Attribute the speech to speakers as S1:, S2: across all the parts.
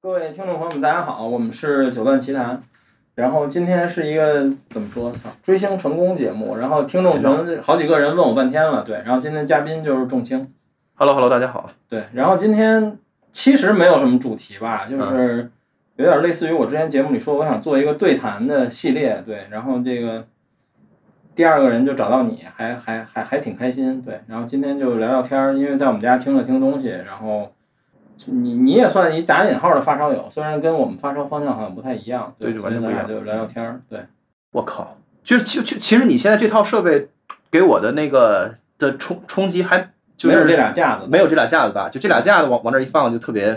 S1: 各位听众朋友们，大家好，我们是九段奇谈。然后今天是一个怎么说？操，追星成功节目。然后听众群好几个人问我半天了，对。然后今天嘉宾就是仲青，
S2: Hello Hello，大家好。
S1: 对。然后今天其实没有什么主题吧，
S2: 嗯
S1: 就是有点类似于我之前节目里说，我想做一个对谈的系列，对。然后这个第二个人就找到你，还还还还挺开心，对。然后今天就聊聊天儿，因为在我们家听了听东西，然后。你你也算一打引号的发烧友，虽然跟我们发烧方向好像不太一样，
S2: 对
S1: 所
S2: 完
S1: 以
S2: 全
S1: 咱
S2: 不一
S1: 俩
S2: 样
S1: 就聊聊天儿，对。
S2: 我靠，就是其其其实你现在这套设备给我的那个的冲冲击还就
S1: 没有这
S2: 是
S1: 俩架子。
S2: 没有这俩架子大，就这俩架子往往这儿一放就 特别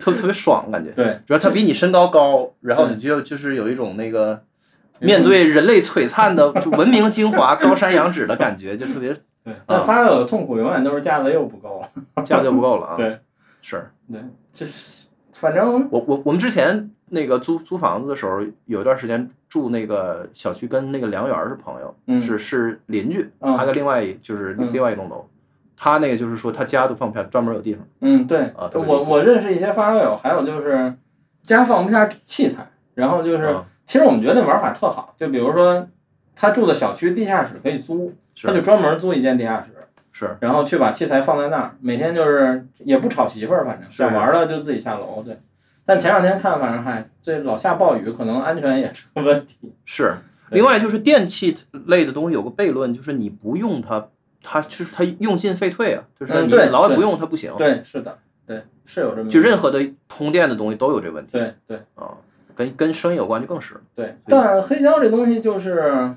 S2: 特特别爽，感觉。
S1: 对，
S2: 主要它比你身高高，然后你就就是有一种那个面对啊人类璀璨的就文明精华高山仰止的感觉，就 特别
S1: 对，但发烧友的痛苦永远都是架子又不够。
S2: 这样就不够了啊。
S1: 对，
S2: 是
S1: 就是反正
S2: 我我我们之前那个租租房子的时候，有一段时间住那个小区，跟那个梁园儿是朋友。
S1: 嗯
S2: 是是邻居，
S1: 嗯
S2: 他在另外一就是
S1: 嗯
S2: 另外一栋楼，他那个就是说他家都放不下，专门有地方。
S1: 嗯对
S2: 啊，对
S1: 我我认识一些发烧友，还有就是家放不下器材，然后就是、
S2: 啊
S1: 其实我们觉得那玩法特好，就比如说他住的小区地下室可以租，他就是专门租一间地下室。
S2: 是，
S1: 然后去把器材放在那儿，每天就是也不吵媳妇儿，反正
S2: 是
S1: 想玩了就自己下楼。对，但前两天看，反正嗨，这老下暴雨，可能安全也是个
S2: 哦
S1: 问题。
S2: 是。
S1: 对
S2: 另外就是电器类的东西有个悖论，就是你不用它，它就是它用进废退啊，就是
S1: 嗯
S2: 你
S1: 对
S2: 老
S1: 对
S2: 不用它不行。
S1: 对，是的，对，是有这么一
S2: 就
S1: 个
S2: 任何的通电的东西都有这问题
S1: 对对
S2: 啊，跟跟声音有关就更是。
S1: 对，但黑胶这东西就是，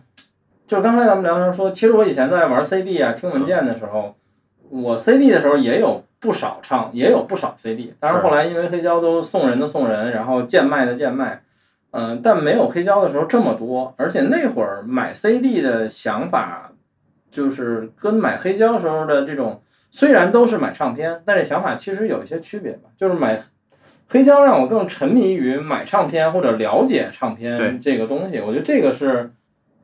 S1: 就是刚才咱们聊天说，其实我以前在玩 CD 啊、听文件的时候，我 CD 的时候也有不少唱，也有不少 CD。当然
S2: 是
S1: 后来因为黑胶都送人的送人，然后贱卖的贱卖，嗯、但没有黑胶的时候这么多。而且那会儿买 CD 的想法，就是跟买黑胶时候的这种，虽然都是买唱片，但是想法其实有一些区别吧，就是买。黑胶让我更沉迷于买唱片或者了解唱
S2: 对
S1: 片这个东西，我觉得这个是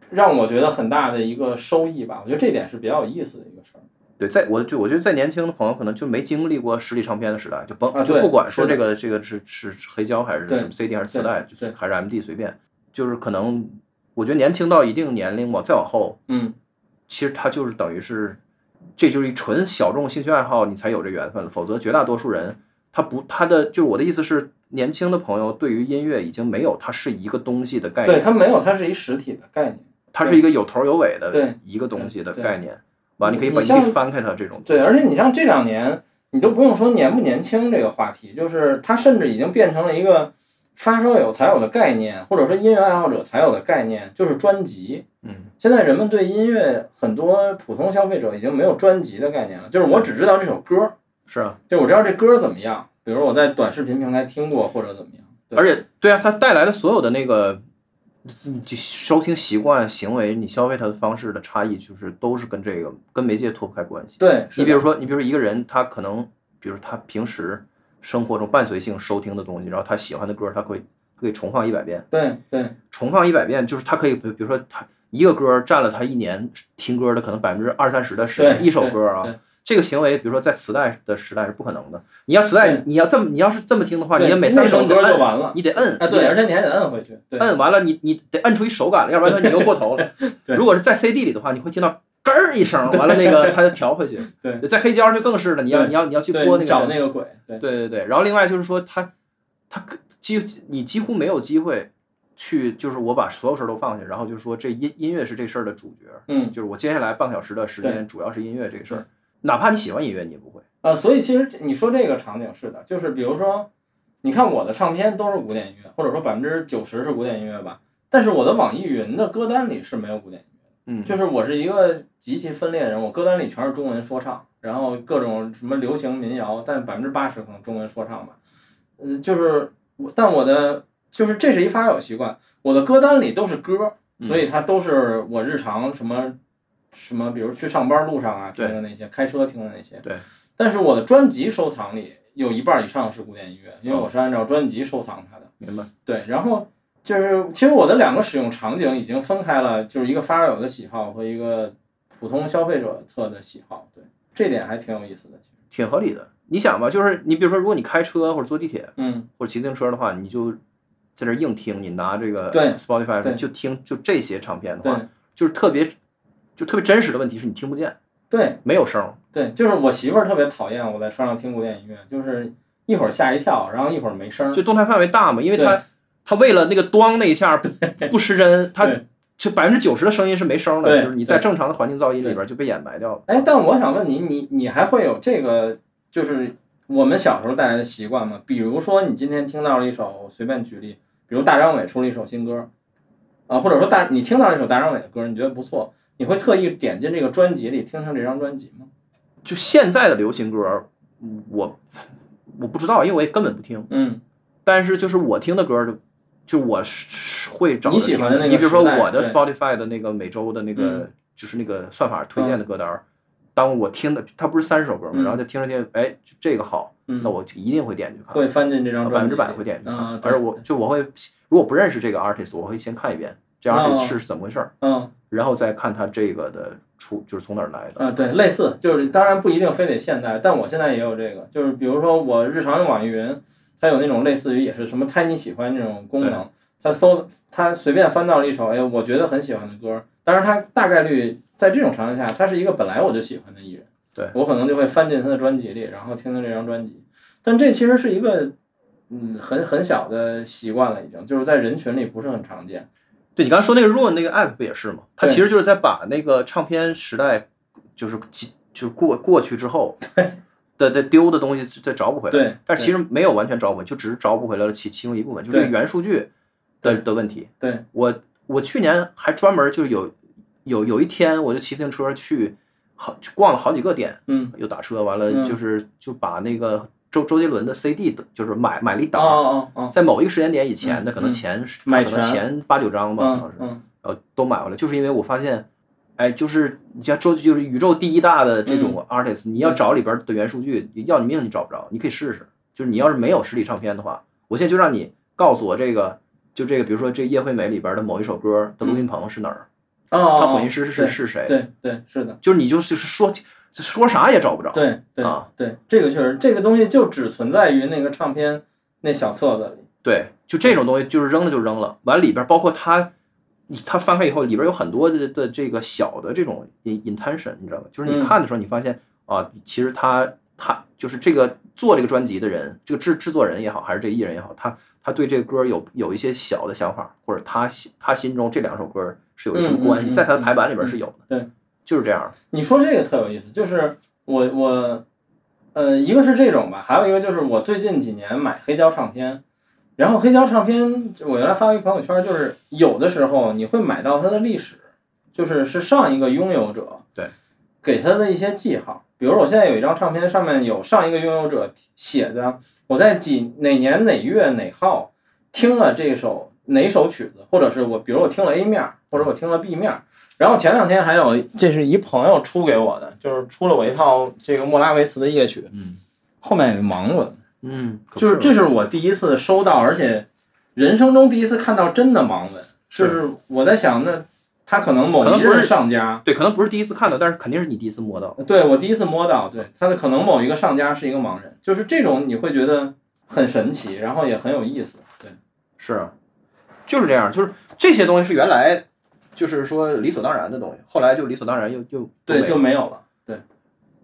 S1: 让我觉得很大的一个收益吧。我觉得这点是比较有意思的一个事儿。
S2: 对，在我就我觉得再年轻的朋友可能就没经历过实体唱片的时代，就甭、
S1: 啊
S2: 就
S1: 对
S2: 不管说
S1: 是的
S2: 这个这个是是是黑胶还是
S1: 对
S2: 什么 CD 还是磁带，就是
S1: 对
S2: 还是 MD 随便，就是可能我觉得年轻到一定年龄往再往后，
S1: 嗯，
S2: 其实它就是等于是这就是一纯小众兴趣爱好，你才有这缘分了，否则绝大多数人他不他的就是我的意思是，年轻的朋友对于音乐已经没有它是一个东西的概
S1: 对，
S2: 念，
S1: 它没有，它是一实体的概念。
S2: 它是一个有头有尾的
S1: 对
S2: 一个东西的
S1: 对对
S2: 概念，完你可以
S1: 你
S2: 把你可以
S1: 像
S2: 翻开它这种
S1: 对，而且你像这两年，你都不用说年不年轻这个话题，就是它甚至已经变成了一个发烧友才有的概念，或者说音乐爱好者才有的概念，就是专辑。
S2: 嗯。
S1: 现在人们对音乐很多普通消费者已经没有专辑的概念了，就是我只知道这首歌，
S2: 是啊，
S1: 就我知道这歌怎么样，比如我在短视频平台听过或者怎么样。对
S2: 而且对啊，它带来的所有的那个，你就收听习惯、行为，你消费它的方式的差异，就是都是跟这个跟媒介脱不开关系。
S1: 对，
S2: 你
S1: 是
S2: 比
S1: 的
S2: 如说，你比如说一个人，他可能，比如他平时生活中伴随性收听的东西，然后他喜欢的歌，他会可以重放一百遍，
S1: 对对
S2: 重放一百遍，就是他可以，比比如说他一个歌占了他一年听歌的可能百分之二三十的时间，
S1: 对
S2: 一首歌
S1: 对
S2: 啊
S1: 对。
S2: 这个行为，比如说在磁带的时代是不可能的。你要磁带
S1: 对，
S2: 你要这么，你要是这么听的话，你
S1: 对
S2: 要每
S1: 那
S2: 三
S1: 首
S2: 你得
S1: 歌就
S2: 摁，
S1: 完了。
S2: 你得摁
S1: 啊，
S2: 你
S1: 对，
S2: 得
S1: 而且你还得摁回去。对，。
S2: 摁完了你你得摁出一手感来，要不然它你又过头了
S1: 对
S2: 如果是在 CD 里的话，你会听到咯儿一声，完了那个它就调回去。
S1: 对，
S2: 在黑胶上就更是了，你要
S1: 对
S2: 你要你要去
S1: 对
S2: 拨
S1: 你
S2: 那个
S1: 找
S2: 针。
S1: 那个鬼。对
S2: 对对对，然后另外就是说，它它几你几乎没有机会去，就是我把所有事儿都放下，然后就是说这音音乐是这事儿的主角，
S1: 嗯
S2: 就是我接下来半个小时的时
S1: 对嗯
S2: 间主要是音乐这个事儿，哪怕你喜欢音乐你也不会。
S1: 啊，所以其实这你说这个场景是的，就是比如说，你看我的唱片都是古典音乐，或者说百分之九十是古典音乐吧，但是我的网易云的歌单里是没有古典音乐的。
S2: 嗯，
S1: 就是我是一个极其分裂的人，我歌单里全是中文说唱，然后各种什么流行民谣，但百分之八十可能中文说唱吧。嗯，就是我，但我的就是这是一发有习惯，我的歌单里都是歌，
S2: 嗯
S1: 所以它都是我日常什么什么，比如去上班路上啊听
S2: 对
S1: 的那些，开车听的那些。
S2: 对。
S1: 但是我的专辑收藏里有一半以上是古典音乐，因
S2: 哦
S1: 为我是按照专辑收藏它的。
S2: 明白。
S1: 对，然后就是其实我的两个使用场景已经分开了，就是一个发烧友的喜好和一个普通消费者侧的喜好，对，这点还挺有意思的。其实
S2: 挺合理的。你想吧，就是你比如说，如果你开车或者坐地铁
S1: 嗯，
S2: 或者骑自行车的话，你就在这儿硬听，你拿这个
S1: 对
S2: Spotify
S1: 对
S2: 就听就这些唱片的
S1: 对
S2: 话，就是特别就特别真实的问题是你听不见，
S1: 对
S2: 没有声儿。
S1: 对，就是我媳妇儿特别讨厌我在车上听古典音乐，就是一会儿吓一跳，然后一会儿没声儿。
S2: 就动态范围大嘛，因为
S1: 对
S2: 它它为了那个咣那一下不不失真，它
S1: 对
S2: 就百分之九十的声音是没声儿
S1: 对
S2: 的，就是你在
S1: 对
S2: 正常的环境噪音里边就被掩埋掉了。
S1: 哎，但我想问你，你你还会有这个，就是我们小时候带来的习惯吗？比如说，你今天听到了一首，随便举例，比如大张伟出了一首新歌，啊，或者说大你听到了一首大张伟的歌，你觉得不错，你会特意点进这个专辑里听听这张专辑吗？
S2: 就现在的流行歌，嗯我我不知道，因为我也根本不听。
S1: 嗯，
S2: 但是就是我听的歌就就我是会找着
S1: 你喜欢的那个
S2: 听你比如说
S1: 时代
S2: 我的
S1: 对
S2: Spotify 的那个每周的那个、
S1: 嗯
S2: 就是那个算法推荐的歌单儿，当我听的它不是三首歌嘛，
S1: 嗯
S2: 然后就听着听，哎，就这个好，
S1: 嗯
S2: 那我就一定会点进去看。
S1: 会翻进这张
S2: 百
S1: 专
S2: 分
S1: 辑
S2: 之
S1: 里，
S2: 百会点进去看
S1: 啊，
S2: 而且我就我会，如果不认识这个 artist，我会先看一遍这
S1: 哦
S2: artist 是怎么回事儿，
S1: 嗯
S2: 然后再看他这个的出就是从哪儿来的。
S1: 啊，对，类似就是，当然不一定非得现代，但我现在也有这个，就是比如说我日常用网易云，它有那种类似于也是什么猜你喜欢那种功能，它搜它随便翻到了一首，哎，我觉得很喜欢的歌，当然它大概率在这种情况下，他是一个本来我就喜欢的艺人，
S2: 对
S1: 我可能就会翻进他的专辑里，然后听听这张专辑，但这其实是一个嗯很很小的习惯了，已经就是在人群里不是很常见，
S2: 对你刚才说那个 Run 那个 app 不也是吗？它
S1: 对
S2: 其实就是在把那个唱片时代，就是几就是过过去之后的的丢的东西再找补回来。
S1: 对，
S2: 但是其实没有完全找不回，就只是找不回来了其其中一部分，就是这个
S1: 对
S2: 原数据的的问题。
S1: 对，
S2: 我我去年还专门就是有有有一天，我就骑自行车去好去逛了好几个店，
S1: 嗯，
S2: 又打车，完了
S1: 嗯
S2: 就是就把那个周周杰伦的 CD 的就是买买了一
S1: 哦
S2: 档，
S1: 哦哦哦，
S2: 在某一个时间点以前的，
S1: 嗯
S2: 可能
S1: 嗯
S2: 前可
S1: 买
S2: 能
S1: 全
S2: 前八九张吧，好
S1: 嗯
S2: 像是，
S1: 嗯
S2: 呃，都买回来，就是因为我发现。哎，就是你像周，就是宇宙第一大的这种
S1: 嗯
S2: artist，、你要找里边的原数据，要你命你找不着，你可以试试。就是你要是没有实体唱片的话，我现在就让你告诉我这个，就这个，比如说这叶惠美里边的某一首歌的录音棚是哪儿，
S1: 哦
S2: 他
S1: 嗯哦，
S2: 混音师是
S1: 对
S2: 是谁，
S1: 对对是的。
S2: 就是你就就是说说啥也找不着。
S1: 对对、
S2: 啊
S1: 对，这个确实，这个东西就只存在于那个唱片那小册子里。
S2: 对，就这种
S1: 嗯
S2: 东西就是扔了就扔了，完里边包括它，你它翻开以后里边有很多的的这个小的这种 in- intention，你知道吗？就是你
S1: 嗯
S2: 看的时候，你发现、啊，其实他他就是这个做这个专辑的人，这个制制作人也好，还是这个艺人也好，他他对这个歌有有一些小的想法，或者他心他心中这两首歌是有什么
S1: 嗯嗯
S2: 关系，
S1: 嗯
S2: 在他的排版里边是有的，
S1: 嗯对，
S2: 就是这样，
S1: 你说这个特有意思，就是我我，呃，一个是这种吧，还有一个就是我最近几年买黑胶唱片，然后黑胶唱片，我原来发过一朋友圈，就是有的时候你会买到它的历史，就是是上一个拥有者
S2: 对
S1: 给它的一些记号，比如我现在有一张唱片，上面有上一个拥有者写的，我在几哪年哪月哪号听了这首哪首曲子，或者是我比如我听了 A 面儿，或者我听了 B 面儿。然后前两天还有，这是一朋友出给我的，就是出了我一套这个莫拉维茨的夜曲，
S2: 嗯
S1: 后面有盲文，
S2: 嗯，
S1: 就是这是我第一次收到，而且人生中第一次看到真的盲文，就是是我在想，那他可能某
S2: 可能
S1: 一
S2: 不
S1: 任
S2: 是
S1: 上家，
S2: 对，可能不是第一次看到，但是肯定是你第一次摸到，
S1: 对我第一次摸到，对他的可能某一个上家是一个盲人，就是这种你会觉得很神奇，然后也很有意思，对，
S2: 是啊，就是这样，就是这些东西是原来就是说理所当然的东西，后来就理所当然又又
S1: 对
S2: 就
S1: 就
S2: 没
S1: 没有了，对，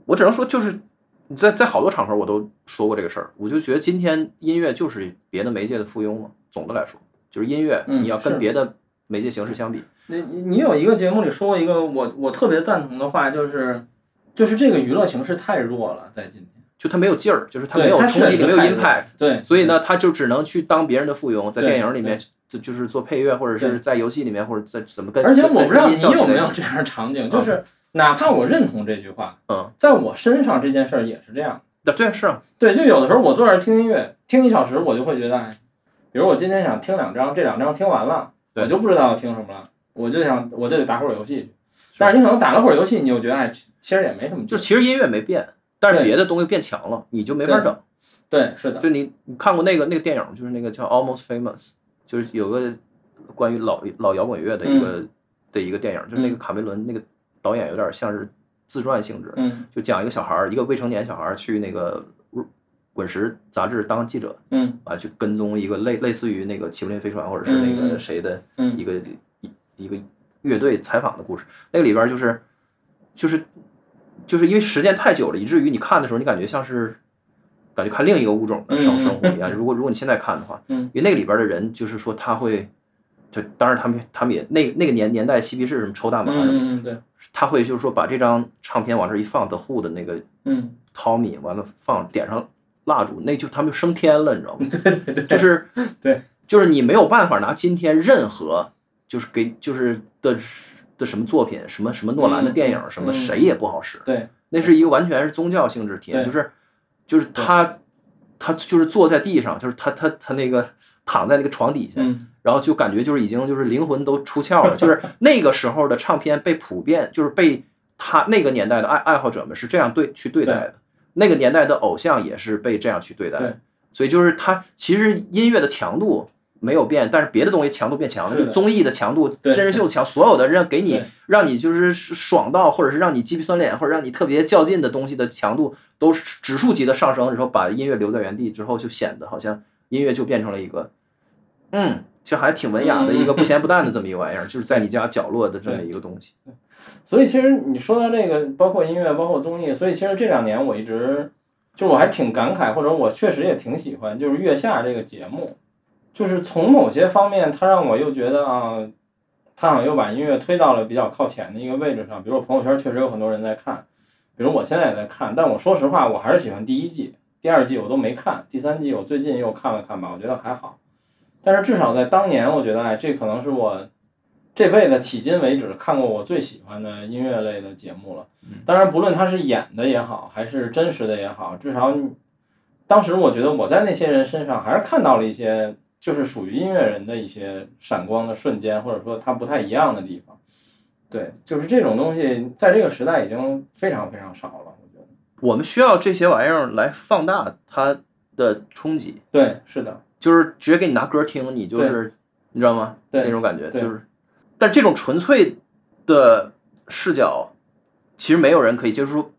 S2: 我只能说就是你在在好多场合我都说过这个事儿，我就觉得今天音乐就是别的媒介的附庸嘛。总的来说，就是音乐
S1: 嗯
S2: 你要跟
S1: 是
S2: 别的媒介形式相比，
S1: 你你你有一个节目里说过一个我我特别赞同的话，就是就是这个娱乐形式太弱了，在今天。
S2: 就它没有劲儿，就是它
S1: 对
S2: 没有
S1: 它
S2: 冲击
S1: 确
S2: 力，
S1: 实
S2: 没
S1: 太
S2: 有
S1: 弱
S2: impact，
S1: 对，
S2: 所以呢，他就只能去当别人的附庸，在
S1: 嗯对
S2: 电影里面就就是做配乐，或者是在游戏里面，或者在怎么跟
S1: 而且
S2: 跟
S1: 我不知道
S2: 跟
S1: 你
S2: 呃
S1: 有
S2: 音效结合
S1: 没
S2: 一
S1: 有
S2: 起
S1: 这样的场景，就是哪怕我认同这句话，
S2: 嗯，
S1: 在我身上这件事儿也是这样。
S2: 对是啊，
S1: 对，就有的时候我坐那儿听音乐，听一小时，我就会觉得，哎，比如我今天想听两张，这两张听完了，
S2: 对
S1: 我就不知道要听什么了，我就想我就得打会儿游戏去。但是你可能打了会儿游戏，你就觉得，哎，其实也没什么劲
S2: 就其实音乐没变，但是
S1: 对
S2: 别的东西变强了，你就没法
S1: 对
S2: 整。
S1: 对，是的，
S2: 就你你看过那个那个电影吗，就是那个叫《Almost Famous》，就是有个关于老老摇滚乐的一个、
S1: 嗯
S2: 的一个电影，就是那个卡梅伦那个导演有点像是自传性质，
S1: 嗯
S2: 就讲一个小孩儿，一个未成年小孩儿去那个滚石杂志当记者，
S1: 嗯
S2: 啊，去跟踪一个类类似于那个麒麟飞船或者是那
S1: 嗯嗯
S2: 个
S1: 嗯
S2: 谁的
S1: 嗯
S2: 一个、一一个乐队采访的故事，那个里边就是就是就是因为时间太久了，以至于你看的时候，你感觉像是感觉看另一个物种的生
S1: 嗯嗯
S2: 生活一样。如果如果你现在看的话，
S1: 嗯
S2: 因为那个里边的人就是说他会。就当然，他们他们也那那个年年代嬉皮士什么抽大麻什么的，
S1: 嗯嗯对，
S2: 他会就是说把这张唱片往这儿一放，The Who 的那个
S1: 嗯
S2: Tommy 完了放点上蜡烛，那就他们就升天了，你知道吗？就是
S1: 对，
S2: 就是你没有办法拿今天任何就是给就是的的什么作品，什么什么诺兰的电影，
S1: 嗯
S2: 什么
S1: 嗯
S2: 谁也不好使，
S1: 对，
S2: 那是一个完全是宗教性质体验，
S1: 对
S2: 就是就是他他就是坐在地上，就是他他他那个躺在那个床底下，
S1: 嗯
S2: 然后就感觉就是已经就是灵魂都出窍了，就是那个时候的唱片被普遍就是被他那个年代的爱爱好者们是这样对去对待的，那个年代的偶像也是被这样去对待
S1: 对
S2: 的，所以就是他其实音乐的强度没有变，但是别的东西强度变强了，
S1: 是的
S2: 就是综艺的强度、
S1: 对
S2: 真人秀的强，所有的让给你
S1: 对
S2: 让你就是爽到，或者是让你鸡皮酸脸，或者让你特别较劲的东西的强度都是指数级的上升，然后把音乐留在原地之后，就显得好像音乐就变成了一个。嗯，其实还挺文雅
S1: 嗯
S2: 的一个不咸不淡的这么一个玩意儿，就是在你家角落的这么一个东西。
S1: 所以其实你说到这个，包括音乐，包括综艺，所以其实这两年我一直就是我还挺感慨，或者我确实也挺喜欢，就是《月下》这个节目，就是从某些方面，它让我又觉得啊，它好像又把音乐推到了比较靠前的一个位置上。比如我朋友圈确实有很多人在看，比如我现在也在看，但我说实话，我还是喜欢第一季、第二季我都没看，第三季我最近又看了看吧，我觉得还好。但是至少在当年，我觉得哎，这可能是我这辈子迄今为止看过我最喜欢的音乐类的节目了。
S2: 嗯
S1: 当然，不论它是演的也好，还是真实的也好，至少你当时我觉得我在那些人身上还是看到了一些就是属于音乐人的一些闪光的瞬间，或者说它不太一样的地方。对，就是这种东西在这个时代已经非常非常少了，我觉得。
S2: 我们需要这些玩意儿来放大它的冲击，
S1: 对，是的，
S2: 就是直接给你拿歌听，你就是你知道吗？
S1: 对
S2: 那种感觉
S1: 对
S2: 就是，但这种纯粹的视角，其实没有人可以接触。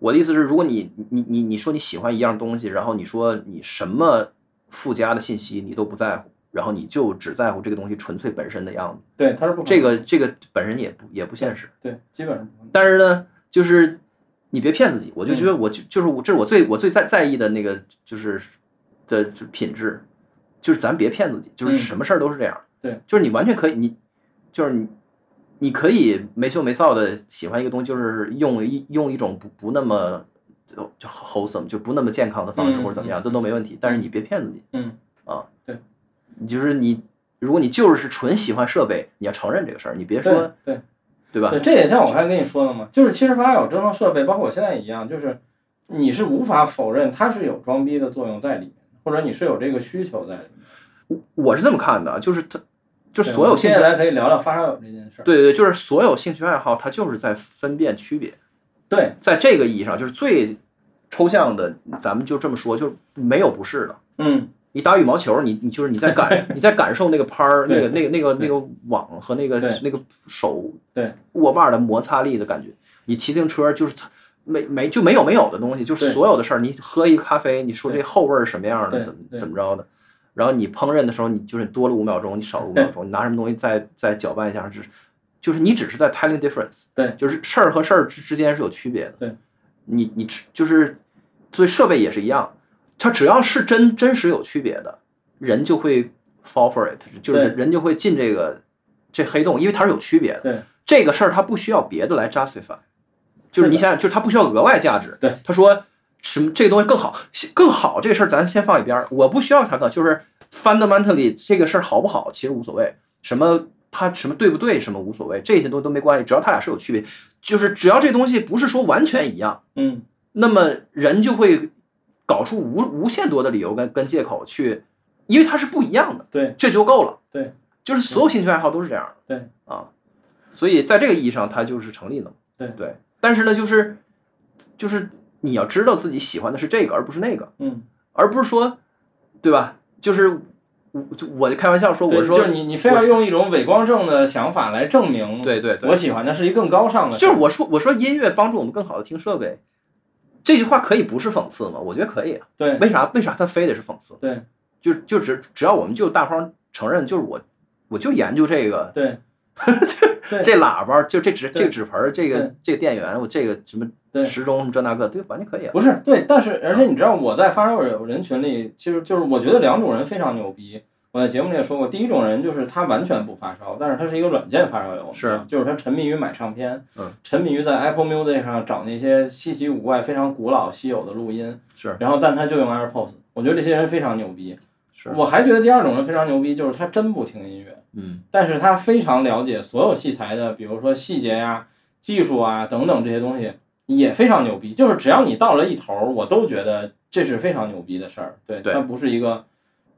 S2: 我的意思是，如果你你你你说你喜欢一样东西，然后你说你什么附加的信息你都不在乎，然后你就只在乎这个东西纯粹本身的样子，
S1: 对，它是不可能
S2: 这个这个本身也不也不现实。
S1: 对，基本上不可能。
S2: 但是呢，就是你别骗自己，我就
S1: 嗯
S2: 觉得我就就是我这是我最我最在在意的那个就是的品质，就是咱别骗自己，就是
S1: 嗯
S2: 什么事儿都是这样。
S1: 对，
S2: 就是你完全可以，你就是你。你可以没羞没臊的喜欢一个东西，就是用一用一种不不那么就就 wholesome 就不那么健康的方式
S1: 嗯
S2: 或者怎么样，这都没问题。但是你别骗自己，啊
S1: 嗯，
S2: 你就是你，如果你就是纯喜欢设备，你要承认这个事儿，你别
S1: 对
S2: 说
S1: 对。
S2: 对吧
S1: 对，？这也像我还跟你说了嘛，就是其实发有这套设备，包括我现在一样，就是你是无法否认它是有装逼的作用在里面，或者你是有这个需求在里面。
S2: 我是这么看的，就是他，就
S1: 对
S2: 所有
S1: 我们
S2: 兴
S1: 接
S2: 趣
S1: 下，来可以聊聊发烧友这件事儿。
S2: 对对，就是所有兴趣爱好，它就是在分辨区别。
S1: 对，
S2: 在这个意义上，就是最抽象的，咱们就这么说，就是没有不是的。
S1: 嗯，
S2: 你打羽毛球，你你就是你在感你在感受那个拍儿、那个那个那个那个网和那个
S1: 对
S2: 那个手
S1: 对
S2: 握把的摩擦力的感觉。你骑自行车就是它没没就没有没有的东西，就是
S1: 对
S2: 所有的事儿。你喝一个咖啡，你说这
S1: 对
S2: 后味儿是什么样的，
S1: 对
S2: 怎么
S1: 对
S2: 怎么着的。然后你烹饪的时候，你就是多了五秒钟，你少了五秒钟，你拿什么东西再再搅拌一下，就是就是你只是在 telling difference，
S1: 对
S2: 就是事儿和事儿之之间是有区别的。
S1: 对，
S2: 你你只就是所以设备也是一样，它只要是真真实有区别的，人就会 fall for it，就是
S1: 对
S2: 人就会进这个这黑洞，因为它是有区别的。
S1: 对
S2: 这个事儿它不需要别的来 justify，就是你想想，就是它不需要额外价值。
S1: 对，
S2: 他说什么这个东西更好，更好这个事儿咱先放一边儿，我不需要它更，就是 fundamentally 这个事儿好不好其实无所谓，什么它什么对不对什么无所谓，这些东西都没关系，只要它俩是有区别，就是只要这东西不是说完全一样，
S1: 嗯，
S2: 那么人就会搞出无无限多的理由跟跟借口去，因为它是不一样的。
S1: 对
S2: 这就够了。
S1: 对，
S2: 就是所有兴趣爱好都是这样的。
S1: 对
S2: 啊，所以在这个意义上，它就是成立的嘛。
S1: 对
S2: 对，但是呢，就是就是你要知道自己喜欢的是这个，而不是那个，
S1: 嗯，
S2: 而不是说，对吧？就是我就我就开玩笑说，我
S1: 对，
S2: 说
S1: 就是你你非要用一种伪光正的想法来证明，
S2: 对对对
S1: 我喜欢的是一更高尚的事
S2: 就
S1: 儿，
S2: 是我说我说音乐帮助我们更好的听设备，这句话可以不是讽刺吗？我觉得可以啊。
S1: 对
S2: 为啥为啥他非得是讽刺？
S1: 对，
S2: 就就只只要我们就大方承认，就是我我就研究这个
S1: 对，对
S2: 这喇叭，就这纸
S1: 对
S2: 这纸盆儿，这个
S1: 对
S2: 这个电源，我这个什么
S1: 对
S2: 时钟什么这那个，这完全可以啊。
S1: 不是对，但是而且你知道我在发烧友人群里，其实就是我觉得两种人非常牛逼。我在节目里也说过，第一种人就是他完全不发烧，但是他是一个软件发烧友，
S2: 是
S1: 你知道就是他沉迷于买唱片，
S2: 嗯
S1: 沉迷于在 Apple Music 上找那些稀奇古怪、非常古老、稀有的录音，
S2: 是
S1: 然后但他就用 AirPods，我觉得这些人非常牛逼。
S2: 是，
S1: 我还觉得第二种人非常牛逼，就是他真不听音乐，
S2: 嗯，
S1: 但是他非常了解所有器材的，比如说细节呀、技术啊等等这些东西，也非常牛逼。就是只要你到了一头儿，我都觉得这是非常牛逼的事儿。对，
S2: 对
S1: 它不是一个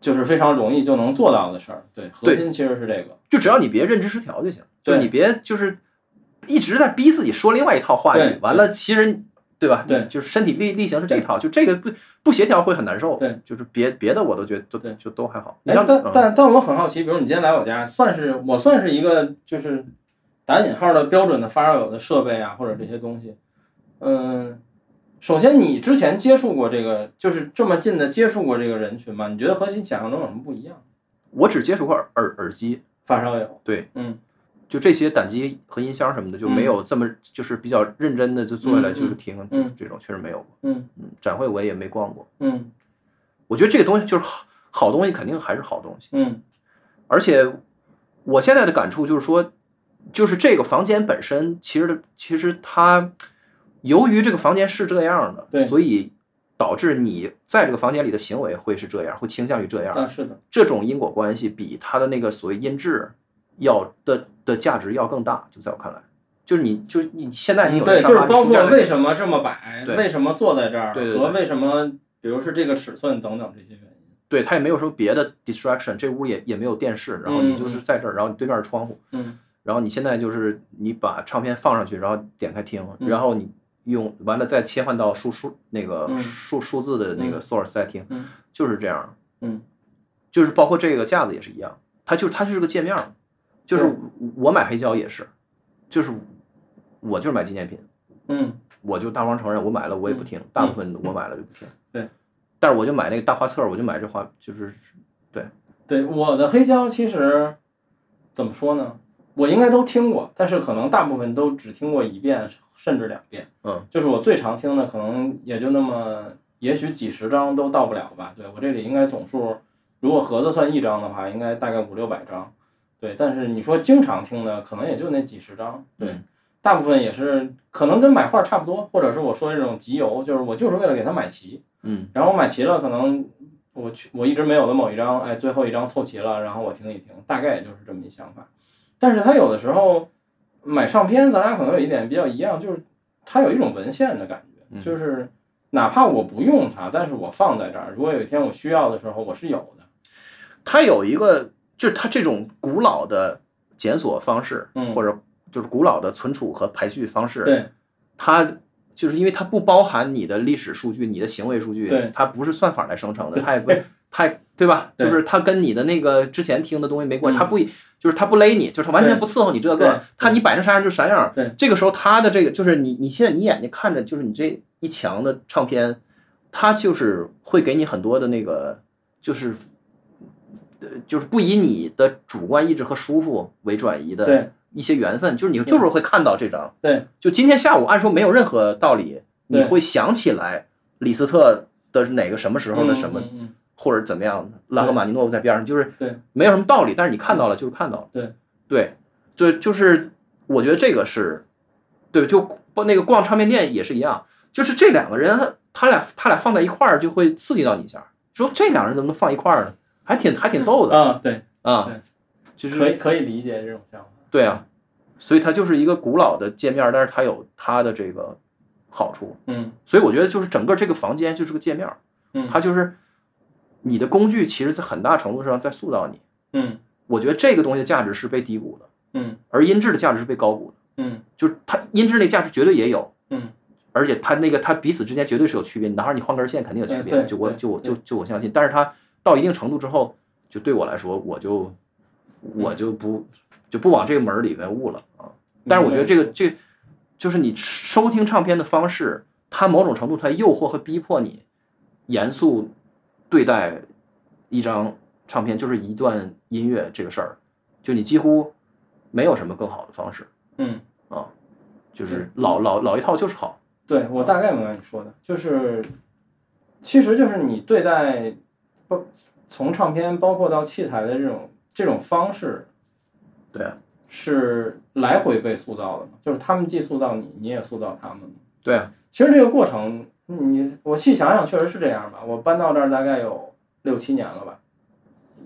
S1: 就是非常容易就能做到的事儿。对，核
S2: 对
S1: 心其实是这个。
S2: 就只要你别认知失调就行，就是
S1: 对
S2: 你别就是一直在逼自己说另外一套话
S1: 对
S2: 语，完了其实对吧？
S1: 对
S2: 就是身体力力行是这套，就这个不不协调会很难受。
S1: 对，
S2: 就是别别的我都觉得都
S1: 对
S2: 就都还好。你
S1: 哎
S2: 像，
S1: 但
S2: 嗯
S1: 但但我很好奇，比如你今天来我家，算是我算是一个就是打引号的标准的发烧友的设备啊，或者这些东西，嗯。首先，你之前接触过这个，就是这么近的接触过这个人群吗？你觉得和你想象中有什么不一样？
S2: 我只接触过耳耳耳机，
S1: 发烧友。
S2: 对，
S1: 嗯，
S2: 就这些胆机和音箱什么的，就没有这么就是比较认真的就坐下来
S1: 嗯
S2: 就是听，
S1: 嗯
S2: 就是这种确实没有过。
S1: 嗯
S2: 嗯，展会我也没逛过，
S1: 嗯
S2: 我觉得这个东西就是好好东西肯定还是好东西。
S1: 嗯
S2: 而且我现在的感触就是说，就是这个房间本身，其实其实它由于这个房间是这样
S1: 对
S2: 的，所以导致你在这个房间里的行为会是这样，会倾向于这
S1: 啊
S2: 样。
S1: 是的，
S2: 这种因果关系比它的那个所谓音质要的的价值要更大，就在我看来，就是你就是你现在你有
S1: 嗯对，
S2: 这
S1: 就
S2: 沙
S1: 是
S2: 发，你
S1: 包
S2: 书
S1: 括
S2: 架在
S1: 为什么这么摆，
S2: 对
S1: 为什么坐在这儿，
S2: 对对对
S1: 和为什么比如是这个尺寸等等这些原因。
S2: 对它也没有什么别的 distraction，这屋也也没有电视，然后
S1: 嗯
S2: 你就是在这儿，然后你对面是窗户，
S1: 嗯
S2: 然后你现在就是你把唱片放上去，然后点开听，
S1: 嗯
S2: 然后你用完了再切换到数数那个
S1: 嗯
S2: 数数字的那个 source 再听，
S1: 嗯
S2: 就是这样。
S1: 嗯，
S2: 就是包括这个架子也是一样，它就是它就是个界面儿，就是
S1: 对
S2: 我买黑胶也是，就是我就是买纪念品，
S1: 嗯
S2: 我就大方承认我买了我也不听，大部分我买了就不听。
S1: 对，
S2: 但是我就买那个大画册儿，我就买这画就是
S1: 对，我的黑胶其实怎么说呢？我应该都听过，但是可能大部分都只听过一遍甚至两遍。
S2: 嗯，
S1: 就是我最常听的可能也就那么，也许几十张都到不了吧。对我这里应该总数，如果合着算一张的话，应该大概五六百张。对，但是你说经常听的，可能也就那几十张。对，
S2: 嗯
S1: 大部分也是可能跟买画差不多，或者是我说这种集邮，就是我就是为了给它买齐。
S2: 嗯
S1: 然后我买齐了，可能我去我一直没有的某一张，哎，最后一张凑齐了，然后我听一听，大概也就是这么一想法。但是它有的时候买唱片，咱俩可能有一点比较一样，就是它有一种文献的感觉，
S2: 嗯
S1: 就是哪怕我不用它，但是我放在这儿，如果有一天我需要的时候，我是有的。
S2: 它有一个，就是它这种古老的检索方式，
S1: 嗯
S2: 或者就是古老的存储和排序方式，
S1: 对
S2: 它就是因为它不包含你的历史数据、你的行为数
S1: 对
S2: 据，它不是算法来生成的，它也不，它也对吧？
S1: 对
S2: 就是它跟你的那个之前听的东西没关
S1: 嗯
S2: 系，它不就是它不勒你，就是它完全
S1: 对
S2: 不伺候你这
S1: 对
S2: 个，它你摆成啥样就啥样。
S1: 对，
S2: 这个时候它的这个就是你你现在你眼睛看着就是你这一墙的唱片，它就是会给你很多的那个就是。呃，就是不以你的主观意志和舒服为转移的
S1: 对
S2: 一些缘分，就是你就是会看到这张，
S1: 对
S2: 就今天下午，按说没有任何道理，
S1: 对
S2: 你会想起来李斯特的哪个什么时候的
S1: 嗯
S2: 什么，
S1: 嗯嗯
S2: 或者怎么样，拉赫玛尼诺夫在边上，就是
S1: 对
S2: 没有什么道理，但是你看到了就是看到了，
S1: 对
S2: 对对，就是我觉得这个是，对，就不那个逛唱片店也是一样，就是这两个人，他俩他俩放在一块儿就会刺激到你一下，说这两个人怎么能放一块儿呢？还挺还挺逗
S1: 嗯
S2: 的
S1: 啊，对，
S2: 啊
S1: 对，
S2: 就
S1: 可
S2: 是
S1: 以可以理解这种想法。
S2: 对啊，所以它就是一个古老的界面，但是它有它的这个好处。
S1: 嗯
S2: 所以我觉得就是整个这个房间就是个界面儿，
S1: 嗯
S2: 它就是你的工具，其实在很大程度上在塑造你。
S1: 嗯
S2: 我觉得这个东西的价值是被低估的，
S1: 嗯
S2: 而音质的价值是被高估的，
S1: 嗯
S2: 就是它音质那价值绝对也有，
S1: 嗯，
S2: 而且它那个它彼此之间绝对是有区别，哪怕你换根线肯定有区
S1: 对
S2: 别，
S1: 哎对
S2: 就我
S1: 对
S2: 就我
S1: 对
S2: 就就我相信，但是它到一定程度之后，就对我来说，我就我就不
S1: 嗯
S2: 就不往这个门儿里面悟了啊。但是我觉得这个这就是你收听唱片的方式它某种程度它诱惑和逼迫你严肃对待一张唱片，就是一段音乐这个事儿，就你几乎没有什么更好的方式，啊
S1: 嗯，
S2: 就是老老老一套就是好，
S1: 对我大概明白你说的，就是，其实就是你对待包从唱片包括到器材的这种这种方式
S2: 对啊，
S1: 是来回被塑造的嘛，就是他们既塑造你，你也塑造他们嘛。
S2: 对啊，
S1: 其实这个过程，你我细想想，确实是这样吧。我搬到这儿大概有六七年了吧。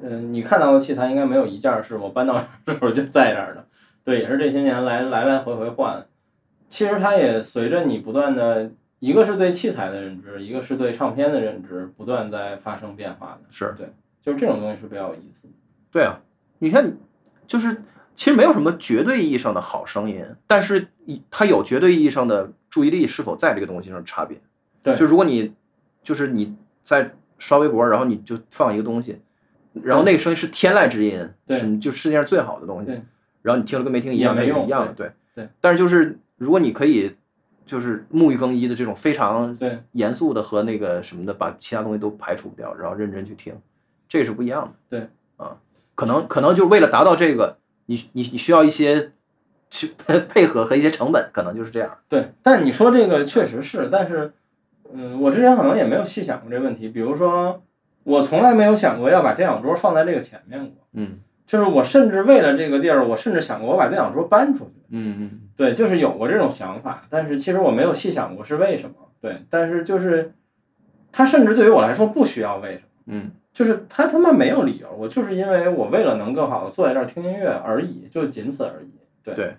S1: 嗯、你看到的器材应该没有一件儿是我搬到这儿的时候就在这儿的。对，也是这些年来来来回回换。其实它也随着你不断的，一个是对器材的认知，一个是对唱片的认知，不断在发生变化的。
S2: 是
S1: 对，就是这种东西是比较有意思的。
S2: 对啊，你看，就是其实没有什么绝对意义上的好声音，但是一它有绝对意义上的注意力是否在这个东西上的差别。
S1: 对
S2: 就如果你就是你在刷微博，然后你就放一个东西，然后那个声音是天籁之音，
S1: 对
S2: 是就世界上最好的东西
S1: 对，
S2: 然后你听了跟没听一样，
S1: 也没
S2: 那就
S1: 用
S2: 一样的，对
S1: 对。
S2: 但是就是如果你可以就是沐浴更衣的这种非常
S1: 对
S2: 严肃的和那个什么的，把其他东西都排除掉，然后认真去听，这个是不一样的。
S1: 对，
S2: 啊，可能可能就是为了达到这个，你你你需要一些去 配合和一些成本，可能就是这样。
S1: 对，但是你说这个确实是，但是，嗯，我之前可能也没有细想过这个问题。比如说，我从来没有想过要把电脑桌放在这个前面过，
S2: 嗯
S1: 就是我甚至为了这个地儿，我甚至想过我把电脑桌搬出去。
S2: 嗯嗯，
S1: 对，就是有过这种想法，但是其实我没有细想过是为什么。对，但是就是，它甚至对于我来说不需要为什么，
S2: 嗯，
S1: 就是它他妈没有理由，我就是因为我为了能更好的坐在这儿听音乐而已，就仅此而已。对，
S2: 对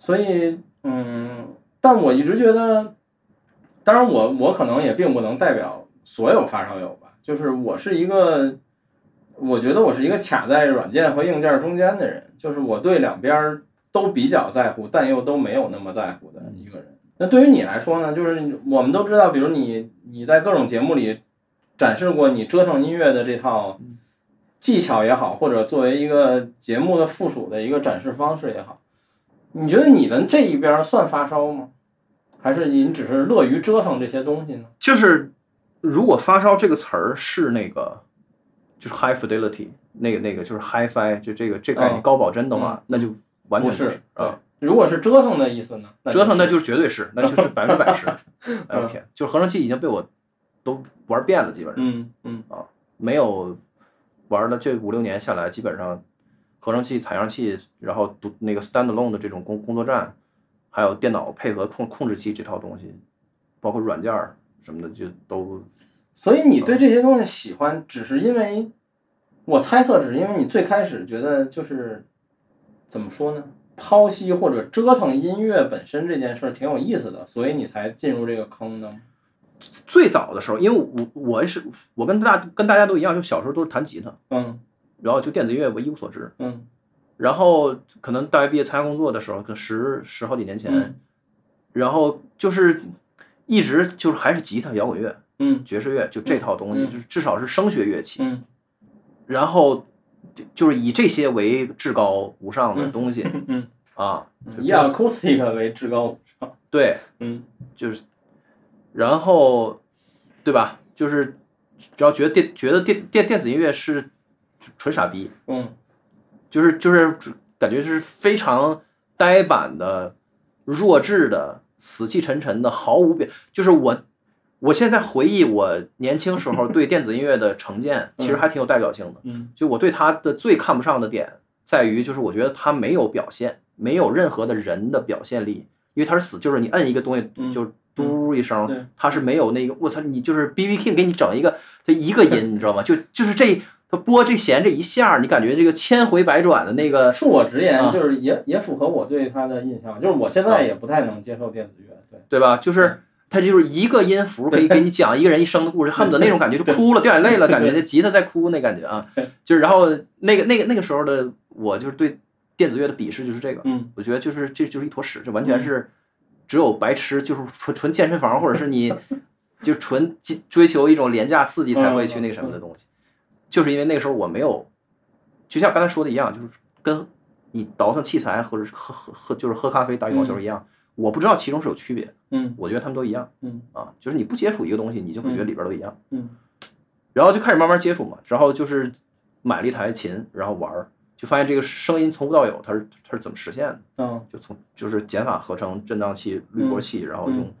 S1: 所以嗯，但我一直觉得，当然我我可能也并不能代表所有发烧友吧，就是我是一个，我觉得我是一个卡在软件和硬件中间的人，就是我对两边儿都比较在乎，但又都没有那么在乎的一个人。那对于你来说呢？就是我们都知道，比如你你在各种节目里展示过你折腾音乐的这套技巧也好，或者作为一个节目的附属的一个展示方式也好。你觉得你的这一边儿算发烧吗？还是您只是乐于折腾这些东西呢？
S2: 就是如果“发烧”这个词儿是那个，就是 high fidelity 那个那个就是 HiFi 就这个这概念
S1: 哦
S2: 高保真的话，那就完全
S1: 不
S2: 嗯是啊。
S1: 对，如果是折腾的意思呢？那
S2: 折腾那
S1: 那
S2: 就是绝对是，那就是 百分之百是。哎呦我天，就是合成器已经被我都玩遍了，基本上
S1: 嗯嗯
S2: 没有玩了这五六年下来，基本上合成器、采样器，然后独那个 standalone 的这种工工作站，还有电脑配合控控制器这套东西，包括软件儿什么的，就都
S1: 所以你对这些东西喜欢，只是因为我猜测，只是因为你最开始觉得就是怎么说呢？剖析或者折腾音乐本身这件事儿挺有意思的，所以你才进入这个坑呢。
S2: 最早的时候，因为我我是我跟大跟大家都一样，就小时候都是弹吉他，
S1: 嗯
S2: 然后就电子音乐我一无所知。
S1: 嗯
S2: 然后可能大学毕业参加工作的时候，可能十十好几年前，
S1: 嗯
S2: 然后就是一直就是还是吉他、摇滚乐、
S1: 嗯
S2: 爵士乐，就这套东西，
S1: 嗯
S2: 就是至少是声学乐器。
S1: 嗯
S2: 然后就就是以这些为至高无上的东西、
S1: 嗯嗯，
S2: 啊，就
S1: 以 acoustic 为至高无上。
S2: 对，
S1: 嗯
S2: 就是，然后对吧？就是只要觉得电觉得电电电子音乐是纯傻逼，
S1: 嗯
S2: 就是就是感觉是非常呆板的、弱智的、死气沉沉的，毫无表。就是我，我现在回忆我年轻时候对电子音乐的成见，其实还挺有代表性的。
S1: 嗯
S2: 就我对它的最看不上的点在于，就是我觉得它没有表现，没有任何的人的表现力，因为它是死，就是你摁一个东西
S1: 嗯
S2: 就。嘟一声，
S1: 对
S2: 它是没有那个，我操，你就是 B B King 给你整一个，它一个音，你知道吗？就就是这，它拨这弦这一下，你感觉这个千回百转的那个，
S1: 恕我直
S2: 啊
S1: 言，就是也也符合我对他的印象，就是我现在也不太能接受电子乐，对，
S2: 对吧？就是它就是一个音符可以给你讲一个人一生的故事，恨不得那种感觉就哭了，掉眼泪了，感觉那吉他在哭那感觉啊，就是然后那个那个那个时候的我就是对电子乐的鄙视就是这个，
S1: 嗯
S2: 我觉得就是这就是一坨屎，这完全是只有白痴，就是纯纯健身房或者是你就纯追追求一种廉价刺激才会去那个什么的东西，就是因为那个时候我没有，就像我刚才说的一样，就是跟你倒腾器材或者是喝喝喝就是喝咖啡打羽毛球一样，我不知道其中是有区别，
S1: 嗯，
S2: 我觉得他们都一样，
S1: 嗯
S2: 啊，就是你不接触一个东西，你就会觉得里边都一样，
S1: 嗯，
S2: 然后就开始慢慢接触嘛，然后就是买了一台琴，然后玩儿，就发现这个声音从无到有，它是它是怎么实现的？
S1: 嗯
S2: 就从就是减法合成、振荡器、滤波器，然后
S1: 嗯
S2: 用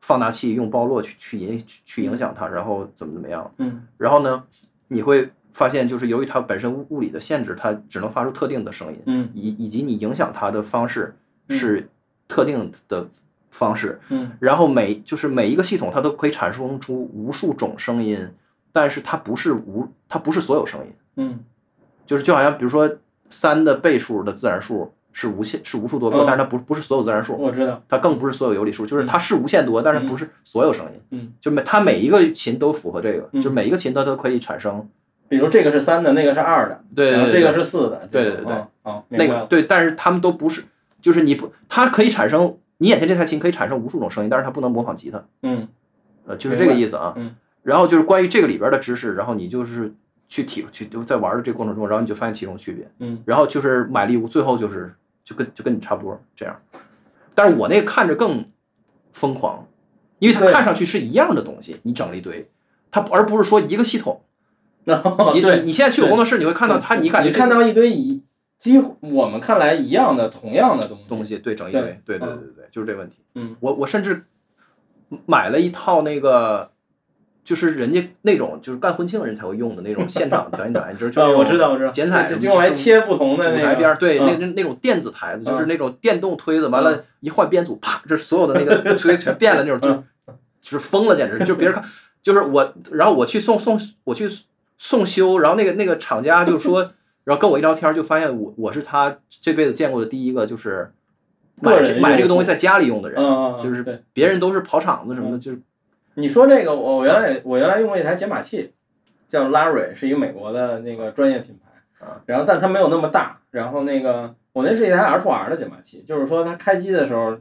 S2: 放大器、用包络去去影去去影响它，然后怎么怎么样。
S1: 嗯
S2: 然后呢，你会发现，就是由于它本身物物理的限制，它只能发出特定的声音，
S1: 嗯
S2: 以以及你影响它的方式
S1: 嗯
S2: 是特定的方式。
S1: 嗯
S2: 然后每就是每一个系统，它都可以产生出无数种声音，但是它不是无，它不是所有声音。
S1: 嗯
S2: 就是就好像比如说三的倍数的自然数是无限是无数多个，
S1: 嗯
S2: 但是它不不是所有自然数，
S1: 我知道，
S2: 它更不是所有有理数，就是它是无限多，但是不是所有声音。
S1: 嗯，
S2: 就每它每一个琴都符合这个，
S1: 嗯
S2: 就每一个琴它都可以产生。
S1: 比如这个是三的，那个是二的，
S2: 对
S1: 然后
S2: 对
S1: 这
S2: 对
S1: 个是四的，
S2: 对
S1: 这
S2: 对
S1: 种
S2: 对对
S1: 哦，哦明
S2: 那
S1: 白
S2: 个
S1: 了，
S2: 对，但是它们都不是，就是你不，它可以产生，你眼前这台琴可以产生无数种声音，但是它不能模仿吉他，
S1: 嗯
S2: 呃，就是这个
S1: 明白
S2: 意思啊。
S1: 嗯
S2: 然后就是关于这个里边的知识，然后你就是去体去就在玩的这个过程中，然后你就发现其中区别。
S1: 嗯
S2: 然后就是买力屋，最后就是就跟就跟你差不多这样。但是我那个看着更疯狂，因为它
S1: 对
S2: 看上去是一样的东西，你整了一堆，它而不是说一个系统。
S1: 然后
S2: 你
S1: 哦对
S2: 你，你现在去我工作室，你会看到它，
S1: 你
S2: 感觉
S1: 看
S2: 到
S1: 到一堆一几乎我们看来一样的同样的东西，
S2: 东西，对，整一堆，对对对
S1: 嗯
S2: 对对，就是这问题。
S1: 嗯，
S2: 我我甚至买了一套那个。就是人家那种就是办婚庆人才会用的那种现场调音台，你知道就
S1: 啊，
S2: 是
S1: 我
S2: 那
S1: 知
S2: 种
S1: 道我知道，
S2: 剪彩
S1: 就就用来切不同的
S2: 舞
S1: 那
S2: 台
S1: 个
S2: 边儿，对，
S1: 嗯
S2: 那那那种电子台子，就是
S1: 嗯
S2: 那种电动推子，完了，一换编组，啪，这所有的 那个推全变了，那种就
S1: 嗯
S2: 就是疯了，简直就别人看，就是我，然后我去送送我去送修，然后那个那个厂家就 说，然后跟我一聊天儿就发现我我是他这辈子见过的第一个就是
S1: 个
S2: 买
S1: 人
S2: 这
S1: 用
S2: 买这
S1: 户
S2: 个东西在家里用的人，
S1: 嗯，嗯嗯
S2: 就是
S1: 对。
S2: 别人都是跑场子什么的，就是
S1: 你说这个，我我原来也我原来用过一台解码器，叫 Larry，是一个美国的那个专业品牌
S2: 啊。
S1: 然后，但它没有那么大。然后那个我那是一台 R2R 的解码器，就是说它开机的时候，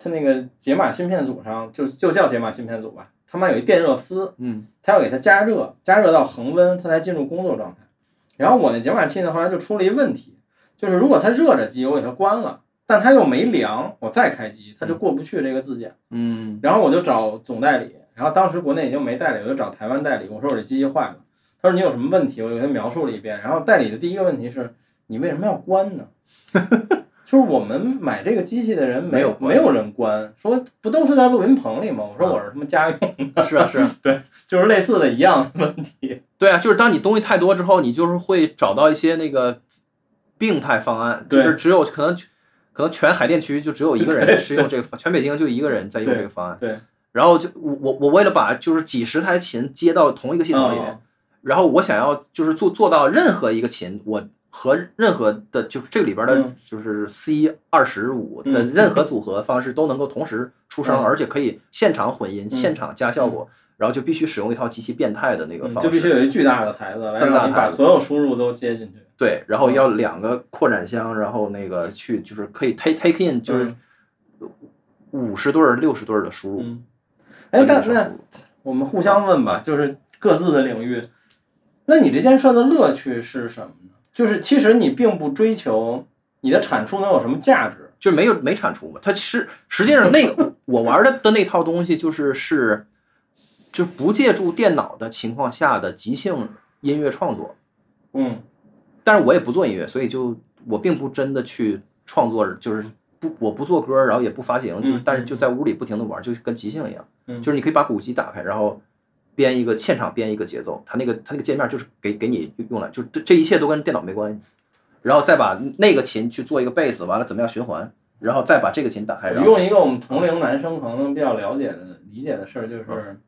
S1: 它那个解码芯片组上就就叫解码芯片组吧，它妈有一电热丝，
S2: 嗯
S1: 它要给它加热，加热到恒温，它才进入工作状态。然后我那解码器呢，后来就出了一问题，就是如果它热着机，我给它关了，但它又没凉，我再开机，它就过不去这个自检。
S2: 嗯
S1: 然后我就找总代理，然后当时国内已经没代理，我就找台湾代理，我说我这机器坏了，他说你有什么问题，我就给他描述了一遍。然后代理的第一个问题是，你为什么要关呢？ 就是我们买这个机器的人
S2: 没
S1: 没
S2: 有关啊
S1: 没有人关，说不都是在录音棚里吗？我说我是他妈家用，
S2: 是啊是啊，
S1: 就是类似的一样的问题。
S2: 对啊，就是当你东西太多之后，你就是会找到一些那个病态方案，就
S1: 对
S2: 是只有可能可能全海淀区就只有一个人是用 这个，全北京就一个人在用这个方案。
S1: 对对
S2: 然后就我我我为了把就是几十台琴接到同一个系统里面，
S1: 嗯
S2: 然后我想要就是做做到任何一个琴我。和任何的，就是这个里边的
S1: 嗯，
S2: 就是 C 二十五的
S1: 嗯
S2: 任何组合方式都能够同时出声，
S1: 嗯
S2: 而且可以现场混音、
S1: 嗯
S2: 现场加效果，然后就必须使用一套极其变态的那个
S1: 嗯
S2: 方式，
S1: 就必须有一巨大的台子来
S2: 这么大
S1: 让你
S2: 台
S1: 把
S2: 子
S1: 所有输入都接进去。
S2: 对，然后
S1: 嗯
S2: 要两个扩展箱，然后那个去就是可以 take take in 就是
S1: 嗯
S2: 五十对儿、六十对儿的输入。
S1: 嗯，哎，但
S2: 正
S1: 那
S2: 常输入
S1: 我们互相问吧，就是各自的领域。那你这件事儿的乐趣是什么呢？就是其实你并不追求你的产出能有什么价值。
S2: 就没有没产出嘛？它是实际上那个我玩的的那套东西就是是就不借助电脑的情况下的即兴音乐创作，
S1: 嗯
S2: 但是我也不做音乐，所以就我并不真的去创作，就是不我不做歌，然后也不发行，就是
S1: 嗯
S2: 但是就在屋里不停的玩，就跟即兴一样，
S1: 嗯
S2: 就是你可以把鼓机打开，然后编一个现场编一个节奏，它那个它那个界面就是给给你用来，就这这一切都跟电脑没关系，然后再把那个琴去做一个贝斯，完了怎么样循环，然后再把这个琴打开，然后
S1: 用一个我们同龄男生可能比较了解的、理解的事儿，就是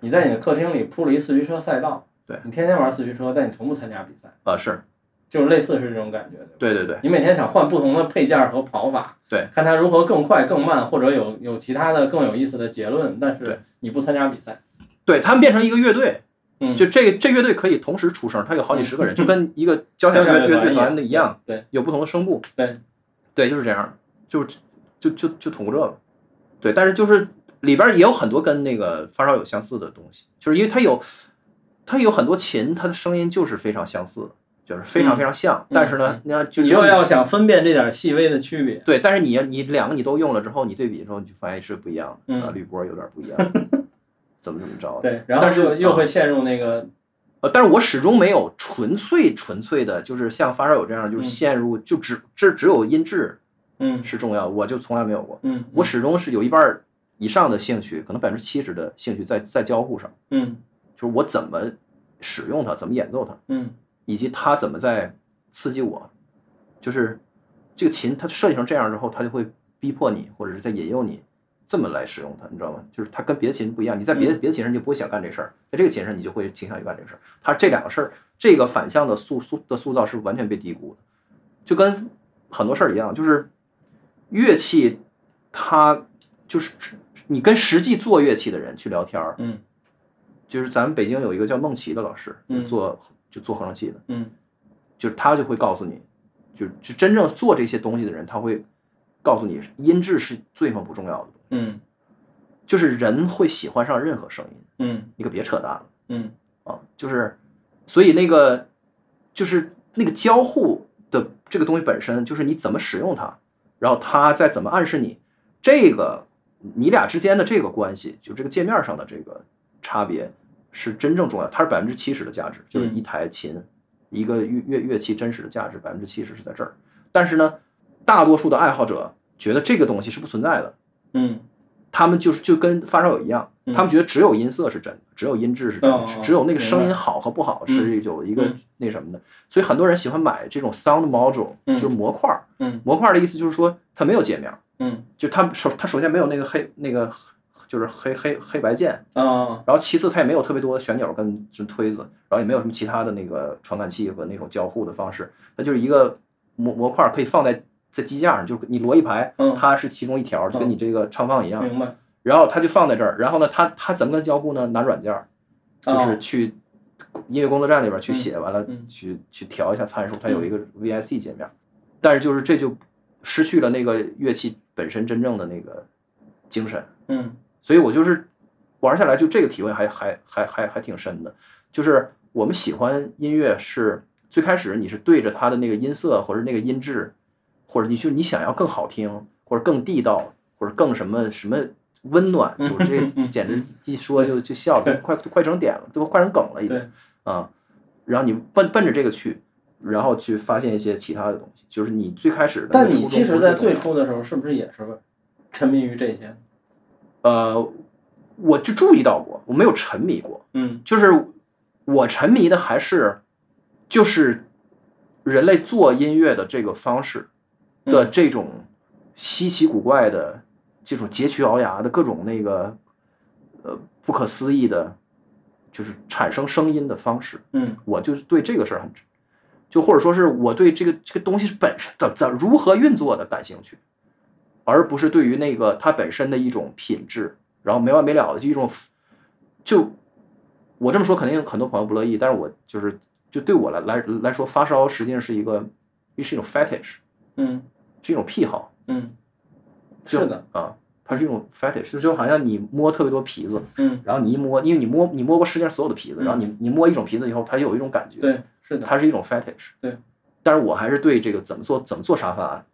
S1: 你在你的客厅里铺了一四驱车赛道，
S2: 嗯对
S1: 你天天玩四驱车，但你从不参加比赛，
S2: 呃是
S1: 就是类似是这种感觉，对吧？
S2: 对对对
S1: 你每天想换不同的配件儿和跑法，
S2: 对，
S1: 看它如何更快、更慢，或者有有其他的更有意思的结论，但
S2: 对
S1: 是你不参加比赛，
S2: 对，他们变成一个乐队，
S1: 嗯，
S2: 就这个这乐队可以同时出声，它有好几十个人，就跟一个交响
S1: 交响乐
S2: 乐乐
S1: 团一
S2: 团
S1: 样
S2: 的一样，
S1: 对，
S2: 有不同的声部，
S1: 对，
S2: 对，就是这样，就就就就通过这个，对，但是就是里边也有很多跟那个发烧友相似的东西，就是因为它有它有很多琴，它的声音就是非常相似的，就是非常非常像，但是呢，那就
S1: 嗯你
S2: 只有
S1: 又
S2: 你
S1: 要想分辨这点细微的区别，
S2: 对，但是你你两个你都用了之后，你对比之后，你就发现是不一样的，
S1: 嗯
S2: 啊，滤波有点不 一样，怎么怎么着的。
S1: 对，然后
S2: 但是
S1: 就又
S2: 嗯
S1: 会陷入那个
S2: 呃，但是我始终没有纯粹纯粹的，就是像发烧友这样，就是
S1: 嗯
S2: 陷入就只这只有音质
S1: 嗯
S2: 是重要的，我就从来没有过。
S1: 嗯，
S2: 我始终是有一半儿以上的兴趣，可能百分之七十的兴趣在在交互上，
S1: 嗯
S2: 就是我怎么使用它，怎么演奏它，
S1: 嗯
S2: 以及它怎么在刺激我。就是这个琴，它设计成这样之后，它就会逼迫你，或者是在引诱你这么来使用它，你知道吗？就是它跟别的琴不一样，你在别的别的琴上你就不会想干这事儿，在这个琴上你就会倾向于干这个事儿。它这两个事儿，这个反向的塑塑的塑造是完全被低估的，就跟很多事儿一样，就是乐器它就是你跟实际做乐器的人去聊天儿，
S1: 嗯
S2: 就是咱们北京有一个叫孟奇的老师，
S1: 嗯
S2: 就做就做合成器的，
S1: 嗯
S2: 就是他就会告诉你，就就真正做这些东西的人，他会告诉你，音质是最么不重要的，
S1: 嗯
S2: 就是人会喜欢上任何声音，
S1: 嗯
S2: 你可别扯淡了
S1: 嗯
S2: 啊！就是，所以那个就是那个交互的这个东西本身，就是你怎么使用它，然后它再怎么暗示你，这个你俩之间的这个关系，就这个界面上的这个差别是真正重要，它是百分之七十的价值，就是一台琴，一个乐乐乐器真实的价值百分之七十是在这儿。但是呢，大多数的爱好者觉得这个东西是不存在的，
S1: 嗯
S2: 他们就是就跟发烧友一样，
S1: 嗯
S2: 他们觉得只有音色是真的，只有音质是真的
S1: 哦，哦
S2: 只有那个声
S1: 明
S2: 音
S1: 白
S2: 好和不好
S1: 嗯
S2: 是有一个
S1: 嗯
S2: 那什么的。所以很多人喜欢买这种 sound module，
S1: 嗯
S2: 就是模块儿。
S1: 嗯
S2: 模块儿的意思就是说它没有界面，
S1: 嗯
S2: 就它首它首先没有那个黑那个就是黑黑黑白键，
S1: 啊
S2: 然后其次它也没有特别多的旋钮跟就推子，然后也没有什么其他的那个传感器和那种交互的方式，它就是一个模模块儿可以放在在机架上，就是你摞一排
S1: 嗯，
S2: 它是其中一条，就跟
S1: 嗯
S2: 你这个唱放一样。
S1: 明白，
S2: 然后他就放在这儿，然后呢，他他怎么跟交互呢？拿软件儿，就是去音乐工作站里边去写，完了
S1: 哦嗯
S2: 去去调一下参数，它有一个 VIC 界面，但是就是这就失去了那个乐器本身真正的那个精神，
S1: 嗯
S2: 所以我就是玩下来就这个体会还还还还还挺深的，就是我们喜欢音乐是最开始你是对着它的那个音色或者那个音质，或者你就你想要更好听或者更地道或者更什么什么温暖，我这
S1: 嗯
S2: 这简直一说就就笑了，快快成点了，都快成梗了已经
S1: 对
S2: 啊，然后你奔奔着这个去。然后去发现一些其他的东西，就是你最开始的那
S1: 但
S2: 个
S1: 你
S2: 初衷
S1: 其
S2: 不
S1: 实，
S2: 是
S1: 在
S2: 重要
S1: 最
S2: 的
S1: 初的时候，是不是也是个沉迷于这些？
S2: 呃，我就注意到过，我没有沉迷过，
S1: 嗯
S2: 就是我沉迷的还是就是人类做音乐的这个方式的这种稀奇古怪的、这种截取聱牙的各种那个呃不可思议的，就是产生声音的方式。
S1: 嗯
S2: 我就是对这个事儿很，就或者说是我对这个这个东西本身怎怎如何运作的感兴趣，而不是对于那个它本身的一种品质，然后没完没了的就一种，就我这么说肯定很多朋友不乐意，但是我就是就对我来来来说，发烧实际上是一个是一种 fetish，
S1: 嗯
S2: 是一种癖好，
S1: 嗯，
S2: 就是
S1: 的，
S2: 啊，它是一种 fetish，就好像你摸特别多皮子，
S1: 嗯，
S2: 然后你一摸，因为你摸你摸过世界上所有的皮子，
S1: 嗯
S2: 然后你你摸一种皮子以后，它有一种感觉，
S1: 对，是的，
S2: 它是一种 fetish。
S1: 对，
S2: 但是我还是对这个怎么做怎么做沙发啊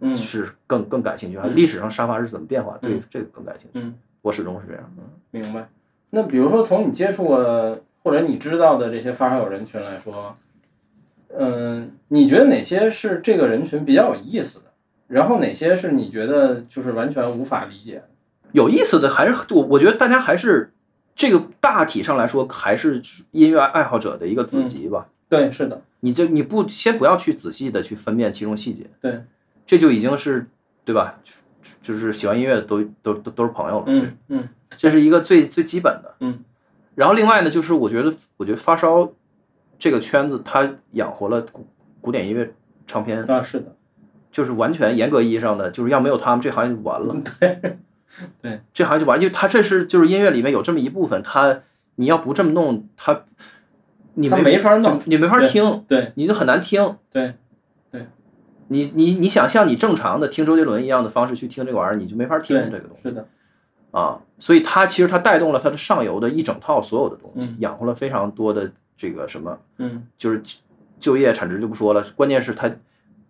S1: 嗯
S2: 是更更感兴趣，还
S1: 嗯
S2: 历史上沙发是怎么变化，对
S1: 嗯
S2: 这个更感兴趣。
S1: 嗯，
S2: 我始终是这样。
S1: 明白。那比如说，从你接触过或者你知道的这些发烧友人群来说，嗯，你觉得哪些是这个人群比较有意思的？然后哪些是你觉得就是完全无法理解的？
S2: 有意思的还是我我觉得大家还是这个大体上来说还是音乐爱好者的一个子集吧。
S1: 对，是的，
S2: 你这你不先不要去仔细的去分辨其中细节，
S1: 对，
S2: 这就已经是对吧？就就是喜欢音乐的都都都都是朋友了，这
S1: 嗯嗯
S2: 这是一个最最基本的。
S1: 嗯，
S2: 然后另外呢，就是我觉得，我觉得发烧这个圈子，它养活了古古典音乐唱片，
S1: 啊，是的，
S2: 就是完全严格意义上的，就是要没有他们，这行业就完了。对，
S1: 嗯对，
S2: 这行业就完，因为它这是就是音乐里面有这么一部分，它你要不这么弄，它你
S1: 他
S2: 没
S1: 没法弄
S2: 就，你没法
S1: 对
S2: 听，
S1: 对
S2: 你就很难听。
S1: 对，
S2: 你你你想像你正常的听周杰伦一样的方式去听这个玩意儿，你就没法听
S1: 对
S2: 这个东西。
S1: 是的，
S2: 啊，所以它其实它带动了它的上游的一整套所有的东西，
S1: 嗯
S2: 养活了非常多的这个什么，
S1: 嗯
S2: 就是就业产值就不说了，关键是它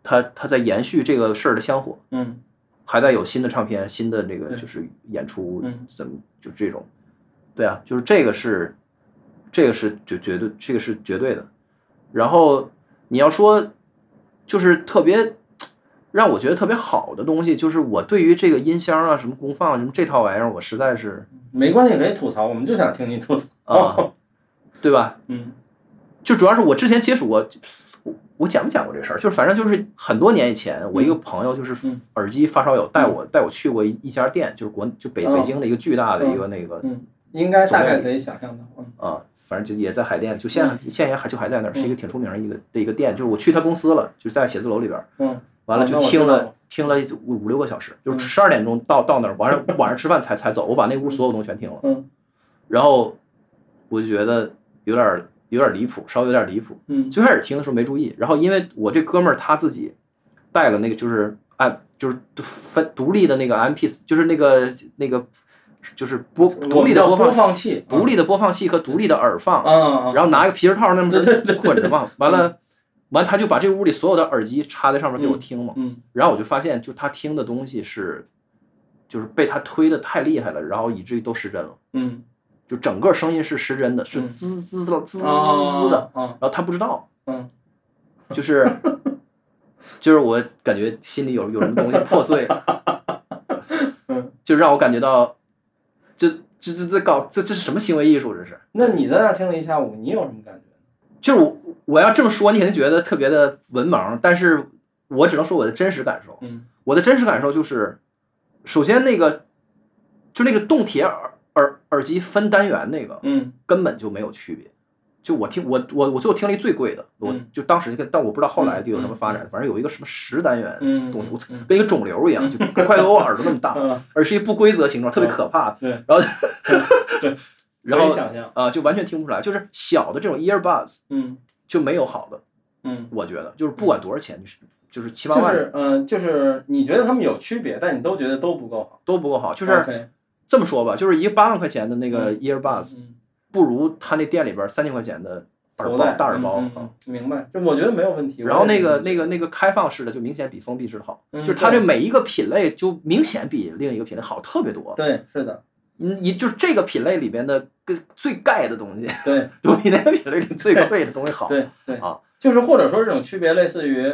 S2: 它它在延续这个事儿的香火，
S1: 嗯，
S2: 还在有新的唱片、新的这个
S1: 对
S2: 就是演出
S1: 嗯，
S2: 怎么就这种，对啊，就是这个是这个是绝绝对这个是绝对的。然后你要说就是特别让我觉得特别好的东西，就是我对于这个音箱啊、什么功放啊、什么这套玩意儿，我实在是
S1: 没关系，可以吐槽，我们就想听你吐槽。
S2: 啊，对吧？
S1: 嗯
S2: 就主要是我之前接触过，我我讲没讲过这事儿？就是反正就是很多年以前，我一个朋友就是
S1: 嗯
S2: 耳机发烧友带我带我去过一一家店，就是国就北
S1: 哦
S2: 北京的一个巨大的一个那个
S1: 嗯，应该大概可以想象到。嗯
S2: 啊，反正就也在海淀，就现在现在也还就还在那儿，是
S1: 嗯
S2: 一个挺出名的一个的一个店。就是我去他公司了，就是在写字楼里边儿，
S1: 嗯，
S2: 完了
S1: 哦
S2: 就
S1: 那我
S2: 听
S1: 知道
S2: 了
S1: 了
S2: 听了五五六个小时，就是
S1: 嗯
S2: 十二点钟到到那儿，晚上晚上吃饭才才走，我把那屋所有东西全听了。
S1: 嗯
S2: 然后我就觉得有点儿有点儿离谱，稍微有点儿离谱。
S1: 嗯
S2: 最开始听的时候没注意，然后因为我这哥们儿他自己带了那个就是按就是分独立的那个 M P，就是那个那个就是播独立的
S1: 我们叫
S2: 播
S1: 播
S2: 放
S1: 放器，
S2: 独立的播放器和独立的耳放，
S1: 嗯，嗯，
S2: 然后拿个皮儿套那么着捆着嘛，完了。完，他就把这屋里所有的耳机插在上面给我听嘛，
S1: 嗯
S2: 然后我就发现，就他听的东西是，就是被他推的太厉害了，然后以至于都失真了，
S1: 嗯，
S2: 就整个声音是失真的，是
S1: 嗯
S2: 滋滋滋滋滋滋
S1: 哦
S2: 的，，
S1: 嗯
S2: 然后他不知道，
S1: 嗯，
S2: 就是就是我感觉心里有有什么东西破碎了，
S1: 嗯，
S2: 就让我感觉到，这这这这搞这这是什么行为艺术？这是，
S1: 那你在那儿听了一下午，你有什么感觉？
S2: 就是我我要这么说，你肯定觉得特别的文盲，但是我只能说我的真实感受，
S1: 嗯
S2: 我的真实感受就是，首先那个就那个动铁耳耳耳机分单元那个，
S1: 嗯
S2: 根本就没有区别。就我听我我我最后听了一最贵的，我
S1: 嗯
S2: 就当时那个，但我不知道后来有什么发展，反正有一个什么十单元
S1: 嗯，
S2: 东西，我操
S1: 嗯
S2: 跟一个肿瘤一样，就快给我耳朵那么大，
S1: 嗯，
S2: 而是一不规则形状，特别可怕。
S1: 对，
S2: 然后然
S1: 可以
S2: 后
S1: 想象，
S2: 啊，就完全听不出来，就是小的这种 earbuds
S1: 嗯
S2: 就没有好的，
S1: 嗯，
S2: 我觉得就是不管多少钱，就是就是七八
S1: 就
S2: 万
S1: 是嗯，就是你觉得他们有区别，但你都觉得都不够好，
S2: 都不够好。就
S1: 就是
S2: 这么说吧，就是一个八万块钱的那个 earbuds，
S1: 嗯，
S2: 不如他那店里边三千块钱的耳
S1: 头
S2: 包
S1: 戴
S2: 大耳包
S1: 嗯嗯
S2: 啊。
S1: 嗯明白，就我觉得没有问题。
S2: 然后那
S1: 我
S2: 个
S1: 也
S2: 那个那个开放式的就明显比封闭式的好，
S1: 嗯
S2: 就是它
S1: 对
S2: 这每一个品类就明显比另一个品类好特别多。
S1: 对，是的，
S2: 嗯，也就是这个品类里边的个最盖的东西，
S1: 对
S2: 都比那个品类里最贵的东西好。
S1: 对对
S2: 啊，
S1: 就是或者说这种区别，类似于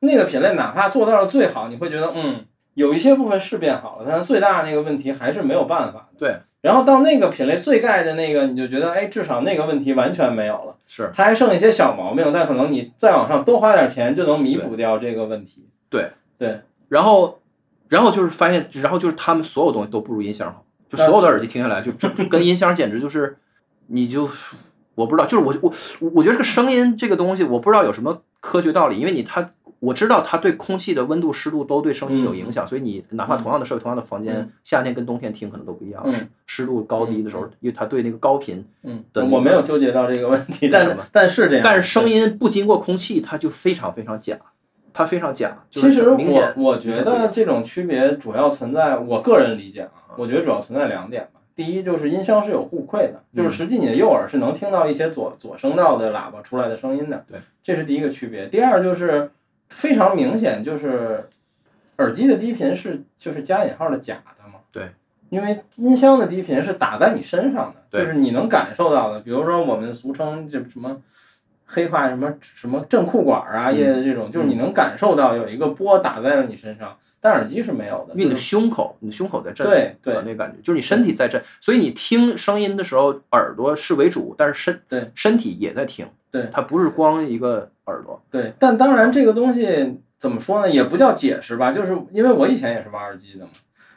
S1: 那个品类，哪怕做到了最好，你会觉得嗯，有一些部分是变好了，但是最大的那个问题还是没有办法。
S2: 对，
S1: 然后到那个品类最盖的那个，你就觉得哎，至少那个问题完全没有了，
S2: 是
S1: 它还剩一些小毛病，但可能你再往上多花点钱就能弥补掉这个问题。
S2: 对
S1: 对，
S2: 然后然后就是发现，然后就是他们所有东西都不如音箱好，就所有的耳机听下来就就就跟音箱简直就是，你就我不知道，就是我我我我觉得这个声音这个东西，我不知道有什么科学道理，因为你它。我知道它对空气的温度、湿度都对声音有影响，所以你哪怕同样的设备、同样的房间，
S1: 嗯
S2: 夏天跟冬天听可能都不一样。
S1: 嗯
S2: 湿湿度高低的时候，因为它对那个高频，
S1: 嗯，
S2: 对
S1: 我没有纠结到这个问题，
S2: 那什
S1: 但
S2: 么
S1: 但是这样，
S2: 但是声音不经过空气，它就非常非常假，它非常假。就
S1: 其
S2: 是
S1: 实
S2: 明显
S1: 我我觉
S2: 明显不一
S1: 得
S2: 样
S1: 这种区别主要存在，我个人理解啊
S2: 嗯，
S1: 我觉得主要存在两点吧。第一就是音箱是有互馈的，
S2: 嗯
S1: 就是实际你的右耳是能听到一些左左声道的喇叭出来的声音的，
S2: 对，
S1: 这是第一个区别。第二就是非常明显，就是耳机的低频是就是加引号的假的嘛，
S2: 对，
S1: 因为音箱的低频是打在你身上的，
S2: 对
S1: 就是你能感受到的，比如说我们俗称这什么。黑怕什么什么正裤管啊，
S2: 嗯
S1: 一类的这种，就是你能感受到有一个波打在了你身上，但耳机是没有的。
S2: 因为你的
S1: 就是
S2: 胸口，你的胸口在震，
S1: 对对
S2: 啊那感觉就是你身体在震，所以你听声音的时候，耳朵是为主，但是身
S1: 对
S2: 身体也在听，
S1: 对
S2: 它不是光一个耳朵，
S1: 对，但当然这个东西怎么说呢，也不叫解释吧，就是因为我以前也是玩耳机的嘛，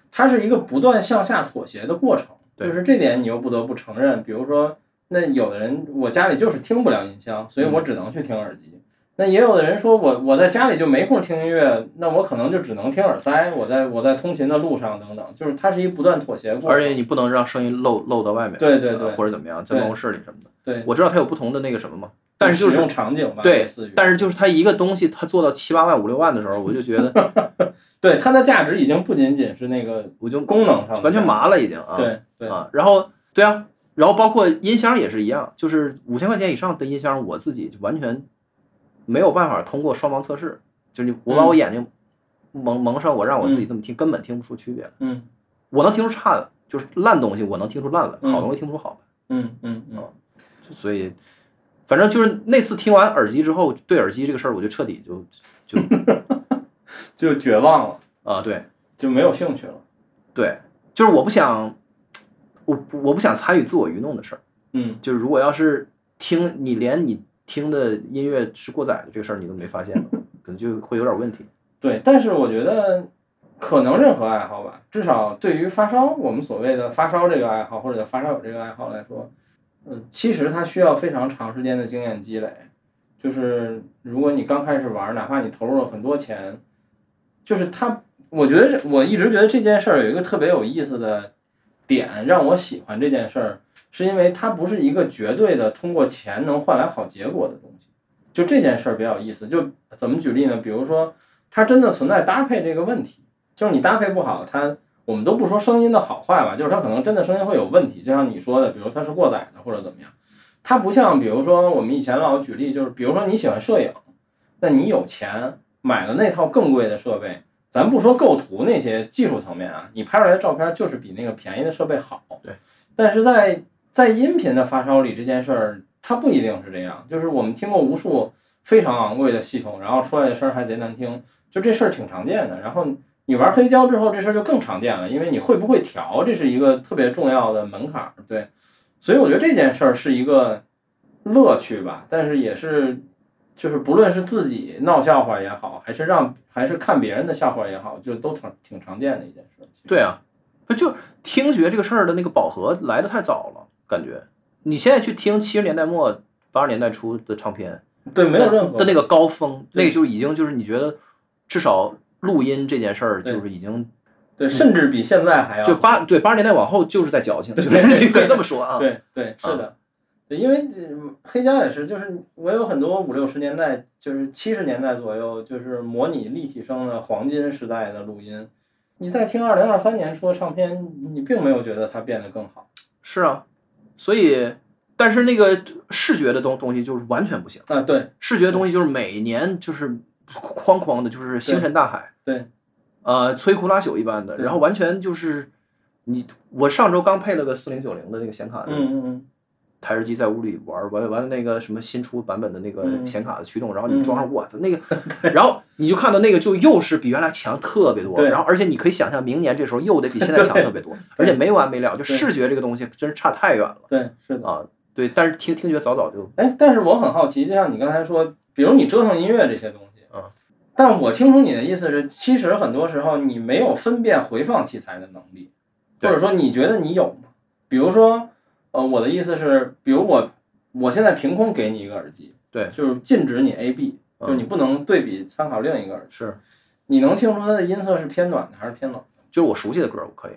S1: 它是一个不断向下妥协的过程，
S2: 对
S1: 就是这点你又不得不承认。比如说，那有的人我家里就是听不了音箱，所以
S2: 嗯
S1: 我只能去听耳机。那也有的人说我我在家里就没空听音乐，那我可能就只能听耳塞。我在我在通勤的路上等等，就是它是一不断妥协的过程。
S2: 而且你不能让声音漏漏到外面，
S1: 对对对
S2: 呃或者怎么样，在
S1: 对
S2: 办公室里什么的，
S1: 对
S2: 我知道它有不同的那个什么嘛，但是就
S1: 使
S2: 是
S1: 用场景吧，
S2: 对
S1: 类似于，
S2: 但是就是它一个东西，它做到七八万五六万的时候，我就觉得
S1: 对它的价值已经不仅仅是那个
S2: 我就
S1: 功能上的
S2: 完全麻了已经啊，
S1: 对对
S2: 啊，然后对啊，然后包括音箱也是一样，就是五千块钱以上的音箱，我自己就完全没有办法通过双盲测试，就是你我把我眼睛蒙蒙上，我让我自己这么听，根本听不出区别来。
S1: 嗯
S2: 我能听出差的，就是烂东西，我能听出烂来，好东西听不出好来。
S1: 嗯嗯嗯
S2: 所以，反正就是那次听完耳机之后，对耳机这个事儿，我就彻底就
S1: 就绝望了，
S2: 啊、对
S1: 就没有兴趣了。
S2: 对，就是我不想，我我不想参与自我愚弄的事儿。
S1: 嗯
S2: 就是如果要是听你连你听的音乐是过载的这个事儿你都没发现的话，可能就会有点问题。
S1: 对，但是我觉得可能任何爱好吧，至少对于发烧，我们所谓的发烧这个爱好或者发烧友这个爱好来说，嗯，其实它需要非常长时间的经验积累。就是如果你刚开始玩，哪怕你投入了很多钱，就是它，我觉得我一直觉得这件事儿有一个特别有意思的点，让我喜欢这件事儿，是因为它不是一个绝对的通过钱能换来好结果的东西。就这件事儿比较有意思，就怎么举例呢？比如说。它真的存在搭配这个问题，就是你搭配不好，它我们都不说声音的好坏吧，就是它可能真的声音会有问题，就像你说的，比如它是过载的或者怎么样，它不像比如说我们以前老举例，就是比如说你喜欢摄影，那你有钱买了那套更贵的设备，咱不说构图那些技术层面啊，你拍出来的照片就是比那个便宜的设备好，
S2: 对，
S1: 但是在在音频的发烧里这件事儿，它不一定是这样，就是我们听过无数非常昂贵的系统，然后出来的声儿还贼难听。就这事儿挺常见的。然后你玩黑胶之后，这事儿就更常见了，因为你会不会调，这是一个特别重要的门槛儿。对，所以我觉得这件事儿是一个乐趣吧，但是也是就是不论是自己闹笑话也好，还是让还是看别人的笑话也好，就都常挺常见的一件事。其实，
S2: 对啊，不就听觉这个事儿的那个饱和来的太早了，感觉你现在去听七十年代末八十年代初的唱片，
S1: 对，没有
S2: 那
S1: 任何
S2: 的那个高峰，
S1: 对
S2: 那个就已经就是你觉得至少录音这件事儿
S1: 对
S2: 就是已经
S1: 对，甚至比现在还要
S2: 就八对八十年代往后就是在矫情，
S1: 对
S2: 就是
S1: 对对
S2: 可以这么说啊。
S1: 对对，是的，对，因为呃黑胶也是，就是我有很多五六十年代，就是七十年代左右，就是模拟立体声的黄金时代的录音。你在听二零二三年出的唱片，你并没有觉得它变得更好
S2: 是啊，所以但是那个视觉的东东西就是完全不行。
S1: 啊。对，
S2: 视觉的东西就是每年就是哐哐的，就是星辰大海，
S1: 对，
S2: 呃，摧枯拉朽一般的，
S1: 对
S2: 然后完全就是你我上周刚配了个四零九零的那个显卡的
S1: 嗯嗯嗯，
S2: 台式机，在屋里玩完完了那个什么新出版本的那个
S1: 嗯
S2: 显卡的驱动，然后
S1: 嗯
S2: 你装上，我操 那个，然后你就看到那个就又是比原来强特别多，
S1: 对
S2: 然后而且你可以想象明年这时候又得比现在强特别多，而且没完没了，就视觉这个东西真是差太远了
S1: 对，是的。
S2: 啊，对，但是听听觉早早就
S1: 哎，但是我很好奇，就像你刚才说，比如你折腾音乐这些东西，
S2: 嗯，
S1: 但我听出你的意思是，其实很多时候你没有分辨回放器材的能力，或
S2: 对
S1: 者说你觉得你有吗？比如说，呃，我的意思是，比如我我现在凭空给你一个耳机，
S2: 对
S1: 就是禁止你 A B，
S2: 嗯
S1: 就是你不能对比参考另一个耳机，
S2: 是。
S1: 你能听出它的音色是偏暖的还是偏冷的？
S2: 就是我熟悉的歌，我可以，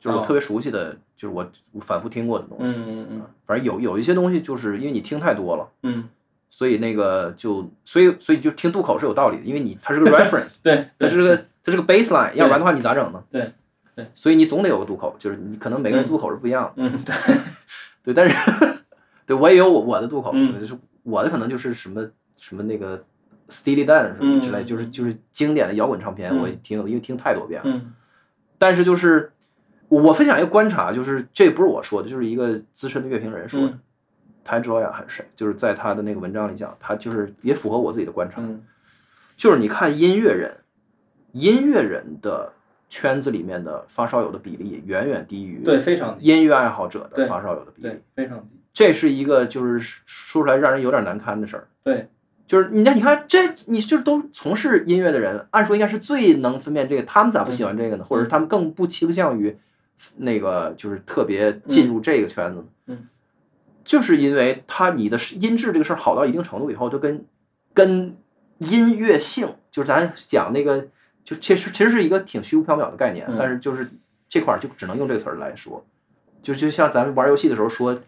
S2: 就是我
S1: 哦
S2: 特别熟悉的，就是我我反复听过的东西。
S1: 嗯嗯
S2: 反正有有一些东西，就是因为你听太多了，
S1: 嗯，
S2: 所以那个就所以所以就听渡口是有道理的，因为你它 是个 reference，
S1: 对
S2: 它是个它是个 baseline，要不然的话你咋整呢？
S1: 对对，
S2: 所以你总得有个渡口，就是你可能每个人渡口是不一样的，
S1: 嗯对
S2: 对，但是对我也有我我的渡口，
S1: 嗯
S2: 对就是我的可能就是什么什么那个 Steely Dan 什么之类，
S1: 嗯
S2: 就是就是经典的摇滚唱片，
S1: 嗯
S2: 我也听了，因为听太多遍了。
S1: 嗯
S2: 但是就是我我分享一个观察，就是这不是我说的，就是一个资深的乐评人说的
S1: 嗯，
S2: 谭卓雅还是谁，就是在他的那个文章里讲，他就是也符合我自己的观察，
S1: 嗯
S2: 就是你看音乐人，音乐人的圈子里面的发烧友的比例远远低于
S1: 对非常低，
S2: 音乐爱好者的
S1: 对
S2: 发烧友的比例
S1: 对，非常低，
S2: 这是一个就是说出来让人有点难堪的事儿。
S1: 对，
S2: 就是你看，你看这你就是都从事音乐的人，按说应该是最能分辨这个，他们咋不喜欢这个
S1: 嗯
S2: 呢？或者是他们更不倾向于那个，就是特别进入这个圈子呢？
S1: 嗯
S2: 就是因为他你的音质这个事儿好到一定程度以后，就跟跟音乐性，就是咱讲那个，就其实其实是一个挺虚无缥缈的概念，
S1: 嗯
S2: 但是就是这块儿就只能用这个词儿来说，就就像咱们玩游戏的时候说，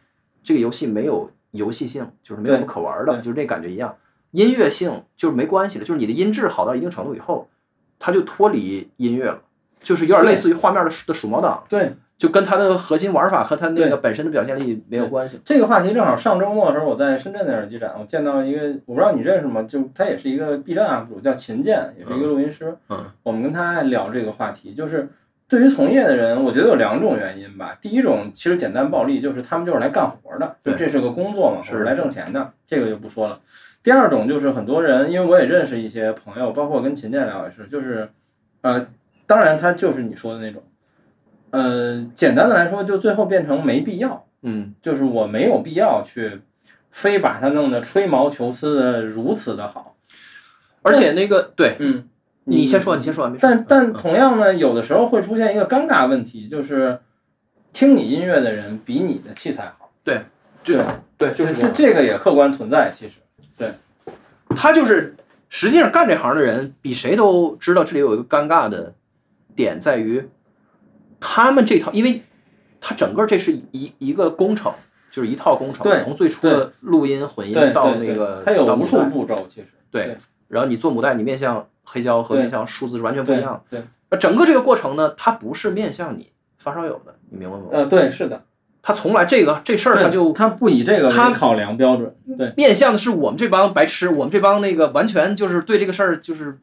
S2: 这个游戏没有游戏性，就是没有什么可玩的，
S1: 对
S2: 就是那感觉一样。音乐性就是没关系的，就是你的音质好到一定程度以后，它就脱离音乐了，就是有点类似于画面的的鼠毛党，
S1: 对
S2: 就跟他的核心玩法和他那个本身的表现力没有关系。
S1: 这个话题正好上周末的时候，我在深圳的耳机展，我见到一个，我不知道你认识吗？就他也是一个 B 站 UP 主，叫秦健，也是一个录音师。
S2: 嗯，
S1: 我们跟他爱聊这个话题，就是对于从业的人，我觉得有两种原因吧。第一种其实简单暴力，就是他们就是来干活的，就
S2: 对
S1: 这是个工作嘛，
S2: 是
S1: 我是来挣钱的，这个就不说了。第二种就是很多人，因为我也认识一些朋友，包括跟秦健聊也是，就是呃，当然他就是你说的那种。呃，简单的来说，就最后变成没必要，
S2: 嗯
S1: 就是我没有必要去非把它弄得吹毛求疵的如此的好。
S2: 而且那个对
S1: 嗯，
S2: 你先说，你先说，没事。
S1: 但但
S2: 嗯
S1: 同样呢，有的时候会出现一个尴尬问题，就是听你音乐的人比你的器材好。
S2: 对，
S1: 对，
S2: 对，就
S1: 就是是
S2: 这
S1: 这
S2: 样。
S1: 这个也客观存在，其实。
S2: 他就是实际上干这行的人比谁都知道，这里有一个尴尬的点在于，他们这套，因为他整个这是一一个工程，就是一套工程
S1: 对，
S2: 从最初的录音、混音
S1: 对
S2: 到
S1: 对
S2: 那个
S1: 对，它有
S2: 到
S1: 无
S2: 母
S1: 数
S2: 带
S1: 步骤，其实。
S2: 对，然后你做母带，你面向黑胶和
S1: 对
S2: 面向数字是完全不一
S1: 对
S2: 样。
S1: 对，
S2: 而整个这个过程呢，它不是面向你发烧友的，你明白吗？
S1: 呃，对，是的，
S2: 他从来这个这事儿他
S1: 对
S2: 就
S1: 它不以这个
S2: 它
S1: 为考量标准，对
S2: 面向的是我们这帮白痴，我们这帮那个完全就是对这个事儿就是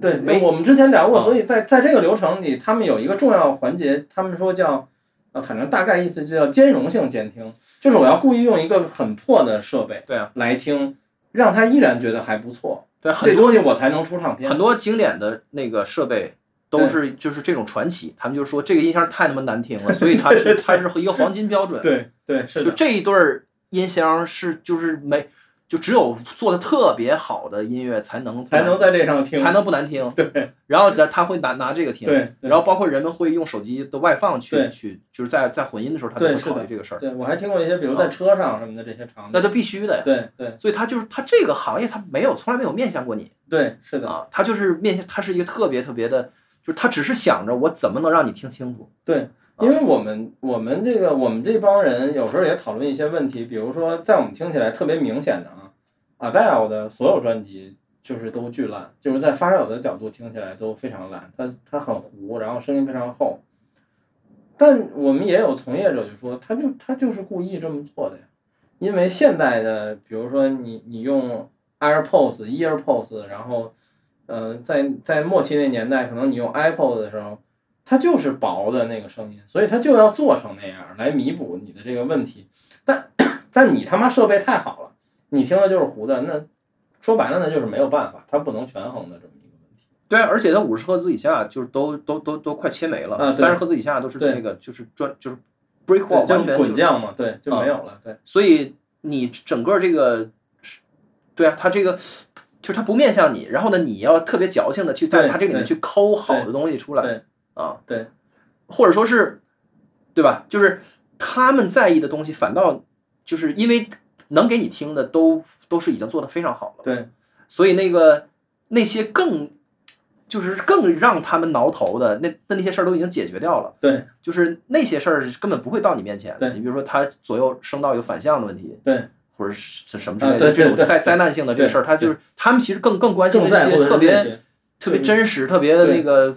S1: 对，
S2: 没
S1: 我们之前聊过，
S2: 啊
S1: 所以在在这个流程里，他们有一个重要环节，他们说叫，呃，反正大概意思就叫兼容性监听，就是我要故意用一个很破的设备，
S2: 嗯对啊，
S1: 来听，让他依然觉得还不错，
S2: 对
S1: 这
S2: 很多
S1: 东西我才能出唱片
S2: 很。多经典的那个设备。都是就是这种传奇，他们就说这个音箱太他妈难听了，所以它是它是一个黄金标准。
S1: 对对是
S2: 就
S1: 的，
S2: 这一对儿音箱是就是没就只有做的特别好的音乐才能
S1: 才能在这上听，
S2: 才能不难听。
S1: 对
S2: 然后他他会拿拿这个听，
S1: 对对
S2: 然后包括人们会用手机的外放去
S1: 对
S2: 去，就是在在混音的时候，他就
S1: 对
S2: 会
S1: 是的
S2: 考虑这个事儿，
S1: 对，我还听过一些，比如在车上什么的这些场景
S2: 啊那，这必须的呀。
S1: 对对
S2: 所以他就是他这个行业，他没有从来没有面向过你
S1: 对是的，
S2: 啊，他就是面向，他是一个特别特别的，就是他只是想着我怎么能让你听清楚。
S1: 因为我们我们这个我们这帮人有时候也讨论一些问题，比如说在我们听起来特别明显的啊，Adele 的所有专辑就是都巨烂，就是在发烧友的角度听起来都非常烂，它它很糊，然后声音非常厚。但我们也有从业者就说，他就他就是故意这么做的呀，因为现代的，比如说你你用 AirPods、EarPods，然后，呃，在在末期那年代，可能你用 iPod 的时候，它就是薄的那个声音，所以它就要做成那样来弥补你的这个问题。但但你他妈设备太好了，你听的就是糊的，那说白了那就是没有办法，它不能权衡的这么一个问题。
S2: 对啊，而且在五十赫兹以下，啊就是都都都都快切没
S1: 啊
S2: 了，
S1: 对
S2: 三十赫兹以下都是
S1: 对
S2: 那个就是专就是 break
S1: 对，
S2: wall，完
S1: 就
S2: 全
S1: 滚
S2: 就是
S1: 降嘛，对，就没有了，对
S2: 所以你整个这个，对啊，他这个就是他不面向你，然后呢，你要特别矫情的去在
S1: 对
S2: 他这里面去抠好的东西出来
S1: 对
S2: 啊，
S1: 对，
S2: 或者说是，对吧？就是他们在意的东西，反倒就是因为能给你听的都都是已经做的非常好了，
S1: 对
S2: 所以那个那些更。就是更让他们挠头的那那那些事儿都已经解决掉了，
S1: 对
S2: 就是那些事儿根本不会到你面前的。
S1: 对
S2: 你比如说他左右声道有反向的问题，
S1: 对，
S2: 或者是什么之类
S1: 啊对
S2: 的
S1: 对
S2: 这种
S1: 对
S2: 灾灾难性的这个事儿，
S1: 对
S2: 他就是他们其实更更关心
S1: 更
S2: 的
S1: 在
S2: 一
S1: 乎
S2: 些
S1: 的是
S2: 特
S1: 这
S2: 别
S1: 些
S2: 特别
S1: 对
S2: 真实、特别
S1: 对
S2: 那个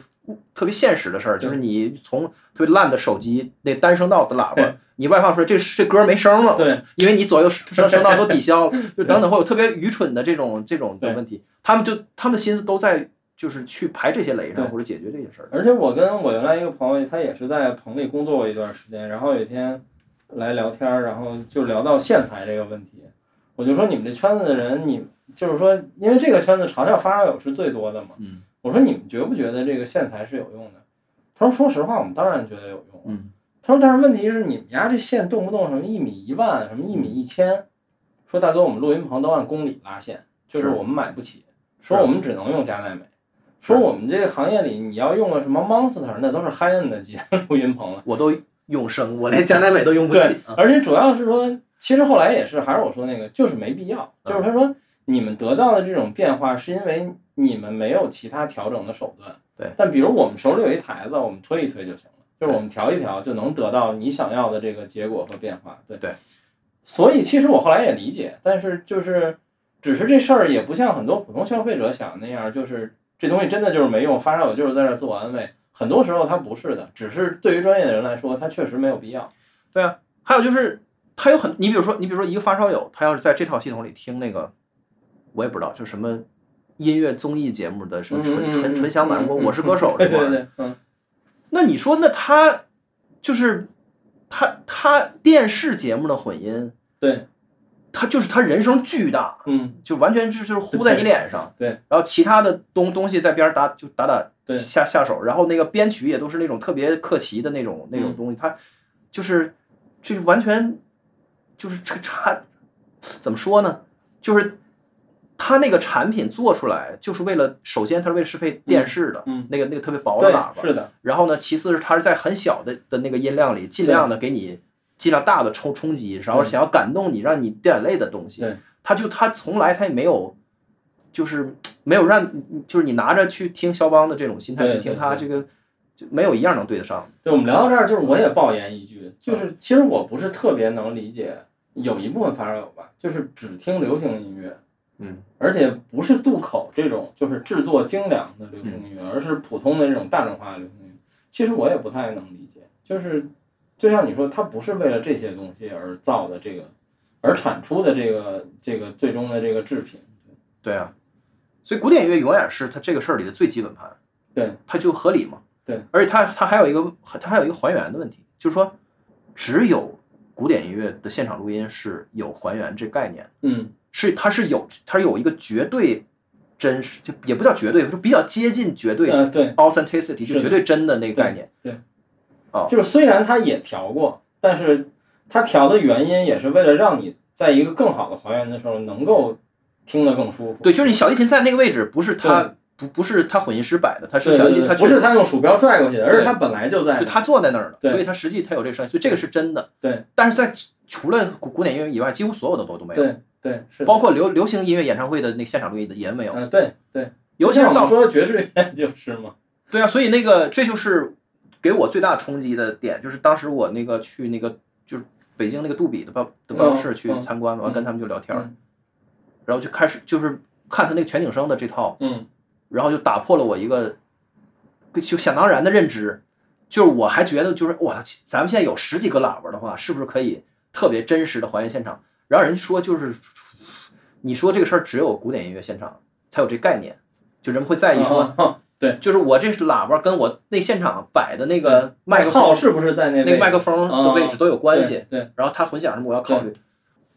S2: 特别现实的事儿，
S1: 对
S2: 就是你从特别烂的手机那单声道的喇叭，你外放出来，这这歌没声了，
S1: 对，
S2: 因为你左 右声声道都抵消了，就等等会有特别愚蠢的这种这种的
S1: 对
S2: 问题，他们就他们的心思都在就是去排这些雷上
S1: 对
S2: 或者解决这些事儿。
S1: 而且我跟我原来一个朋友，他也是在棚里工作过一段时间，然后有一天来聊天儿，然后就聊到线材这个问题。我就说你们这圈子的人，你就是说，因为这个圈子嘲笑发烧友是最多的嘛。
S2: 嗯。
S1: 我说你们觉不觉得这个线材是有用的？他说说实话，我们当然觉得有用。啊
S2: 嗯。
S1: 他说但是问题是你们家这线动不动什么一米一万，什么一米一千，说大哥我们录音棚都按公里拉线，就是
S2: 是
S1: 我们买不起，
S2: 是
S1: 说我们只能用佳耐美。说我们这个行业里，你要用个什么 Monster，那都是 high end 的级录音棚了。
S2: 我都用声，我连加奈美都用不起
S1: 对，
S2: 啊。
S1: 而且主要是说，其实后来也是，还是我说那个，就是没必要。
S2: 嗯
S1: 就是他说，你们得到的这种变化，是因为你们没有其他调整的手段。
S2: 对
S1: 但比如我们手里有一台子，我们推一推就行了，就是
S2: 对
S1: 我们调一调就能得到你想要的这个结果和变化。对
S2: 对。
S1: 所以其实我后来也理解，但是就是，只是这事儿也不像很多普通消费者想的那样，就是这东西真的就是没用，发烧友就是在这儿自我安慰。很多时候它不是的，只是对于专业的人来说，它确实没有必要。
S2: 对啊，还有就是他有很，你比如说，你比如说一个发烧友，他要是在这套系统里听那个，我也不知道，就什么音乐综艺节目的什么纯
S1: 嗯
S2: 纯纯享版
S1: 嗯
S2: 过《
S1: 嗯
S2: 我是歌手》
S1: 对
S2: 这块
S1: 对
S2: 儿，
S1: 对，嗯，
S2: 那你说那他就是他他电视节目的混音，
S1: 对，
S2: 他就是他人声巨大，
S1: 嗯，
S2: 就完全就是呼在你脸上，
S1: 对
S2: 然后其他的东东西在边儿打就打打
S1: 对
S2: 下下手，然后那个编曲也都是那种特别客气的那种那种
S1: 嗯
S2: 东西，它就是就是完全就是这个差，怎么说呢？就是它那个产品做出来就是为了，首先它是为了适配电视的、
S1: 嗯嗯
S2: 那个那个特别薄的喇叭
S1: 对，，是的，
S2: 然后呢，其次是它是在很小的的那个音量里，尽量的给你尽量大的冲冲击，然后想要感动你，让你掉眼泪的东西
S1: 对。
S2: 他就他从来他也没有，就是没有让就是你拿着去听肖邦的这种心态
S1: 对
S2: 去听他
S1: 对
S2: 这个，就没有一样能对得上。
S1: 对，我们聊到这儿，就是我也爆言一句，
S2: 嗯
S1: 就是其实我不是特别能理解，有一部分发烧友吧，就是只听流行音乐，
S2: 嗯，
S1: 而且不是渡口这种就是制作精良的流行音乐，而是普通的这种大众化的流行音乐。其实我也不太能理解，就是就像你说，它不是为了这些东西而造的这个，而产出的这个这个最终的这个制品。
S2: 对啊，所以古典音乐永远是它这个事儿里的最基本盘。
S1: 对，
S2: 它就合理嘛。
S1: 对，
S2: 而且它它还有一个它还有一个还原的问题，就是说只有古典音乐的现场录音是有还原这概念的。
S1: 嗯，
S2: 是它是有它有一个绝对真实，就也不叫绝对，就比较接近绝对
S1: 呃，对，
S2: authenticity，
S1: 是
S2: 就绝对真的那个概念。哦
S1: 就是虽然它也调过，但是它调的原因也是为了让你在一个更好的还原的时候能够听得更舒服。
S2: 对，就是你小提琴在那个位置，不是它不不是它混音师摆的，它
S1: 对，
S2: 是小
S1: 对
S2: 提
S1: 对
S2: 琴，它
S1: 不
S2: 确
S1: 是
S2: 实
S1: 他用鼠标拽过去的，而
S2: 对
S1: 是他本来就在那儿。
S2: 就它坐在那儿了，
S1: 对
S2: 所以它实际它有这个声音，所以这个是真的。
S1: 对，
S2: 但是在除了古古典音乐以外，几乎所有的都都没有，
S1: 对对是的。
S2: 包括流流行音乐演唱会的那个现场录音的也没有，
S1: 嗯，对对，
S2: 尤其
S1: 就像
S2: 是
S1: 我
S2: 到
S1: 们说爵士乐 就是嘛，
S2: 对啊，所以那个这就是给我最大冲击的点，就是当时我那个去那个就是北京那个杜比的办的办公室去
S1: 嗯嗯
S2: 参观嘛，完、
S1: 嗯
S2: 跟他们就聊天儿，
S1: 嗯
S2: 然后就开始就是看他那个全景声的这套，
S1: 嗯，
S2: 然后就打破了我一个就想当然的认知，就是我还觉得就是哇，咱们现在有十几个喇叭的话，是不是可以特别真实的还原现场？然后人家说就是你说这个事儿只有古典音乐现场才有这概念，就人们会在意说。
S1: 啊啊
S2: 就是我这是喇叭跟我那现场摆的那个麦克
S1: 嗯号
S2: 风，
S1: 是不是在那嗯位
S2: 那个麦克风的位置都有关系。，
S1: 对对
S2: 然后它混响什么我要考虑，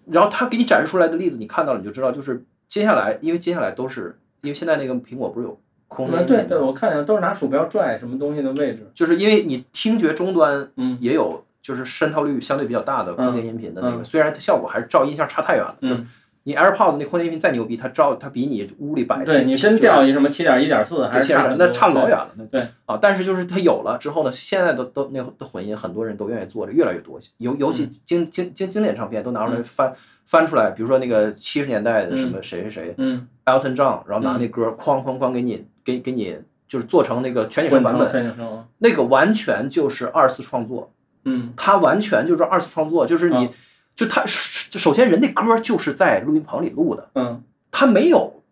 S2: 然后他给你展示出来的例子，你看到了你就知道，就是接下来，因为接下来都是因为现在那个苹果不是有空的
S1: 嗯
S2: 音频
S1: 对
S2: 吗，
S1: 对，我看见都是拿鼠标拽什么东西的位置，
S2: 就是因为你听觉终端
S1: 嗯
S2: 也有就是渗透率相对比较大的空间音频的那个，
S1: 嗯
S2: 虽然它效果还是照音箱差太远了，就是
S1: 嗯，
S2: 你 AirPods 那空间音频再牛逼，它照它比你屋里摆
S1: 对
S2: 起
S1: 你真
S2: 起来
S1: 掉一什么七点一点四还
S2: 对，
S1: 是
S2: 现在
S1: 差
S2: 那差老远。了。那
S1: 对
S2: 啊，但是就是它有了之后呢，现在的都那的混音，很多人都愿意做的越来越多，尤尤
S1: 嗯
S2: 其经经经经典唱片都拿出来翻翻出来，比如说那个七十年代的什么谁谁谁
S1: 嗯，
S2: ，Elton John，然后拿那歌哐哐哐给你给给你就是做成那个全景声版本，
S1: 全景声，
S2: 那个完全就是二次创作，
S1: 嗯，
S2: 它完全就是二次创作，就是你
S1: 啊
S2: 就它首先人那歌就是在录音棚里录的。
S1: 嗯，
S2: 它没有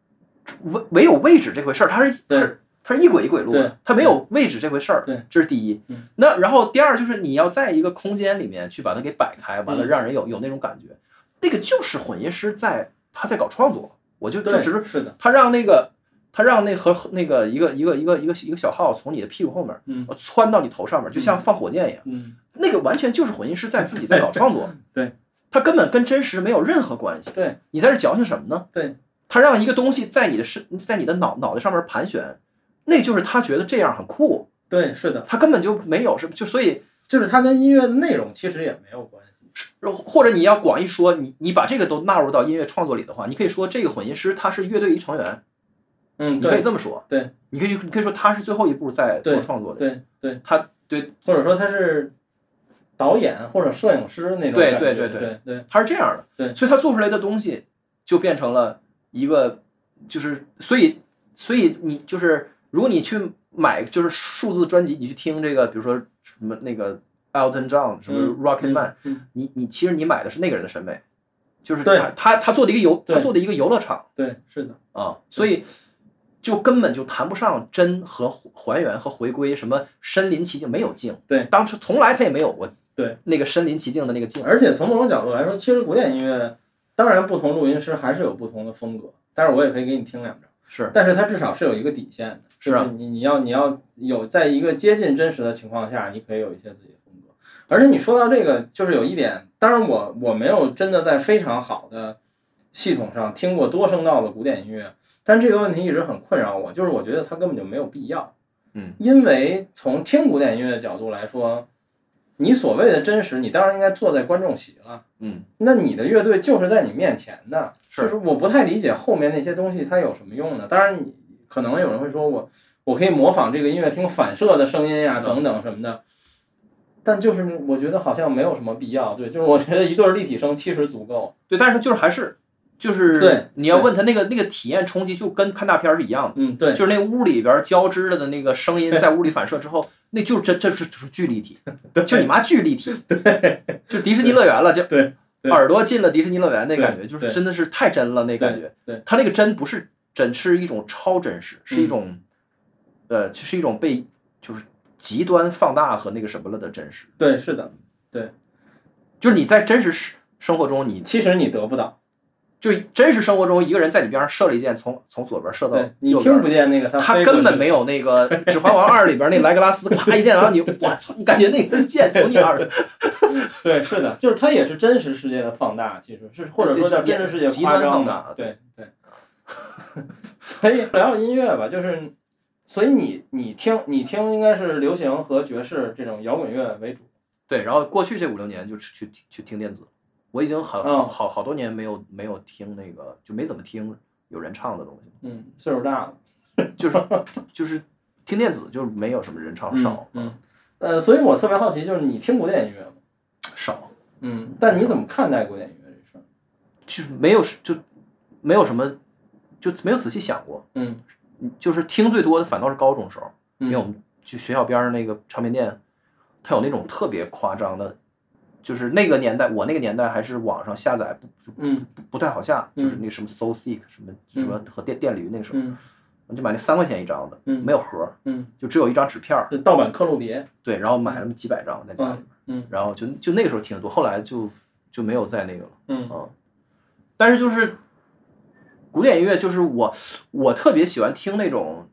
S2: 唯唯有位置这回事儿，它是它
S1: 对
S2: 是它是一轨一轨录
S1: 对
S2: 的，它没有位置这回事儿
S1: 对，
S2: 这是第一
S1: 嗯。
S2: 那然后第二就是你要在一个空间里面去把它给摆开，完了
S1: 嗯
S2: 让人有有那种感觉，那个就是混音师在他在搞创作，我就就
S1: 对，
S2: 只是
S1: 是的，
S2: 他让那个。他让那和那个一个一个一个一个一个小号从你的屁股后面
S1: 嗯
S2: 呃窜到你头上面，就像放火箭一样。
S1: 嗯，
S2: 那个完全就是混音师在自己在搞创作，
S1: 对，
S2: 他根本跟真实没有任何关系。
S1: 对，
S2: 你在这矫情什么呢？
S1: 对，
S2: 他让一个东西在你的身，在你的脑脑袋上面盘旋，那就是他觉得这样很酷，
S1: 对，是的，
S2: 他根本就没有是就所以，
S1: 就是它跟音乐的内容其实也没有关系。
S2: 呃或者你要广义说，你你把这个都纳入到音乐创作里的话，你可以说这个混音师他是乐队一成员，
S1: 嗯，
S2: 你可以
S1: 对
S2: 这么说，
S1: 对，
S2: 你可以你可以说他是最后一步在做
S1: 对
S2: 创作的，
S1: 对对，
S2: 他对
S1: 或者说他是导演或者摄影师那种
S2: 对
S1: 感
S2: 对
S1: 觉，
S2: 对
S1: 对
S2: 对
S1: 对对，
S2: 他是这样的，
S1: 对
S2: 所以他做出来的东西就变成了一个，就是所以所以你就是如果你去买就是数字专辑，你去听这个，比如说什么那个 Elton John 什么
S1: 嗯
S2: Rocket Man，、
S1: 嗯
S2: 你你其实你买的是那个人的审美，就是
S1: 对
S2: 他他他做的一个游
S1: 对
S2: 他做的一个游乐场
S1: 对，是的，
S2: 啊，所以就根本就谈不上真和还原和回归，什么身临其境没有境。
S1: 对，
S2: 当时从来他也没有过
S1: 对
S2: 那个身临其境的那个境。
S1: 而且从某种角度来说，其实古典音乐当然不同录音师还是有不同的风格，但是我也可以给你听两张，
S2: 是
S1: 但是它至少是有一个底线的，
S2: 是啊
S1: 就你你要你要有在一个接近真实的情况下，你可以有一些自己的风格。而且你说到这个，就是有一点，当然我我没有真的在非常好的系统上听过多声道的古典音乐，但这个问题一直很困扰我，就是我觉得它根本就没有必要。
S2: 嗯，
S1: 因为从听古典音乐的角度来说，你所谓的真实，你当然应该坐在观众席了。
S2: 嗯，
S1: 那你的乐队就是在你面前的，
S2: 是
S1: 就是我不太理解后面那些东西它有什么用呢？当然，你可能有人会说我我可以模仿这个音乐厅反射的声音呀、
S2: 嗯
S1: 等等什么的，但就是我觉得好像没有什么必要。对，就是我觉得一对立体声其实足够。
S2: 对，但是他就是还是就是
S1: 对
S2: 你要
S1: 对
S2: 问他那个那个体验冲击，就跟看大片儿是一样的。
S1: 嗯，对，
S2: 就是那屋里边交织了的那个声音，在屋里反射之后，那就是这这是就是巨立体，就你妈巨立体，对，就迪士尼乐园了，就
S1: 对对
S2: 耳朵进了迪士尼乐园那感觉，
S1: 对
S2: 就是
S1: 对
S2: 真的是太真了，那感觉，
S1: 对对嗯
S2: 它那个真不是真，是一种超真实，是一种，呃，是一种被就是极端放大和那个什么了的真实，
S1: 对，是的，
S2: 就是你在真实生生活中，你
S1: 其实你得不到，
S2: 就真实生活中一个人在你边上射了一箭，从从左边射到
S1: 对你
S2: 右边
S1: 听。不见那个
S2: 他
S1: 飞过
S2: 根本
S1: 去
S2: 没有 那个《指环王二》里边那莱格拉斯啪一剑，然后你我操，你感觉那个剑从 你耳
S1: 对，是的，就是它也是真实世界的放大，其实是或者说叫真实世界
S2: 极
S1: 夸
S2: 端
S1: 张
S2: 放
S1: 嘛
S2: 大
S1: 对对。 所以聊聊音乐吧，就是，所以你你听你听应该是流行和爵士这种摇滚乐为主。
S2: 对，然后过去这五六年就去去去听电子，我已经好好
S1: 嗯
S2: 好好多年没有没有听那个，就没怎么听有人唱的东西，
S1: 嗯，岁数大了，
S2: 就是听电子就是没有什么人唱少
S1: 嗯。嗯呃，所以我特别好奇，就是你听古典音乐吗？
S2: 少，
S1: 嗯，但你怎么看待古典音乐这事儿？
S2: 就是没有就没有什么就没有仔细想过，
S1: 嗯，
S2: 就是听最多的反倒是高中时候，因为我
S1: 嗯
S2: 们去学校边上那个唱片店，它有那种特别夸张的，就是那个年代，我那个年代还是网上下载不
S1: 嗯
S2: 不不太好下，
S1: 嗯
S2: 就是那什么 So Seek 什么什么和电电驴那个时候，
S1: 嗯
S2: 我就买那三块钱一张的，
S1: 嗯
S2: 没有盒，
S1: 嗯，
S2: 就只有一张纸片儿，
S1: 是盗版刻录碟。
S2: 对，然后买那么几百张在家里边，
S1: 嗯嗯
S2: 然后就就那个时候听得多，后来就就没有再那个了。
S1: 嗯
S2: 嗯，但是就是古典音乐，就是我我特别喜欢听那种，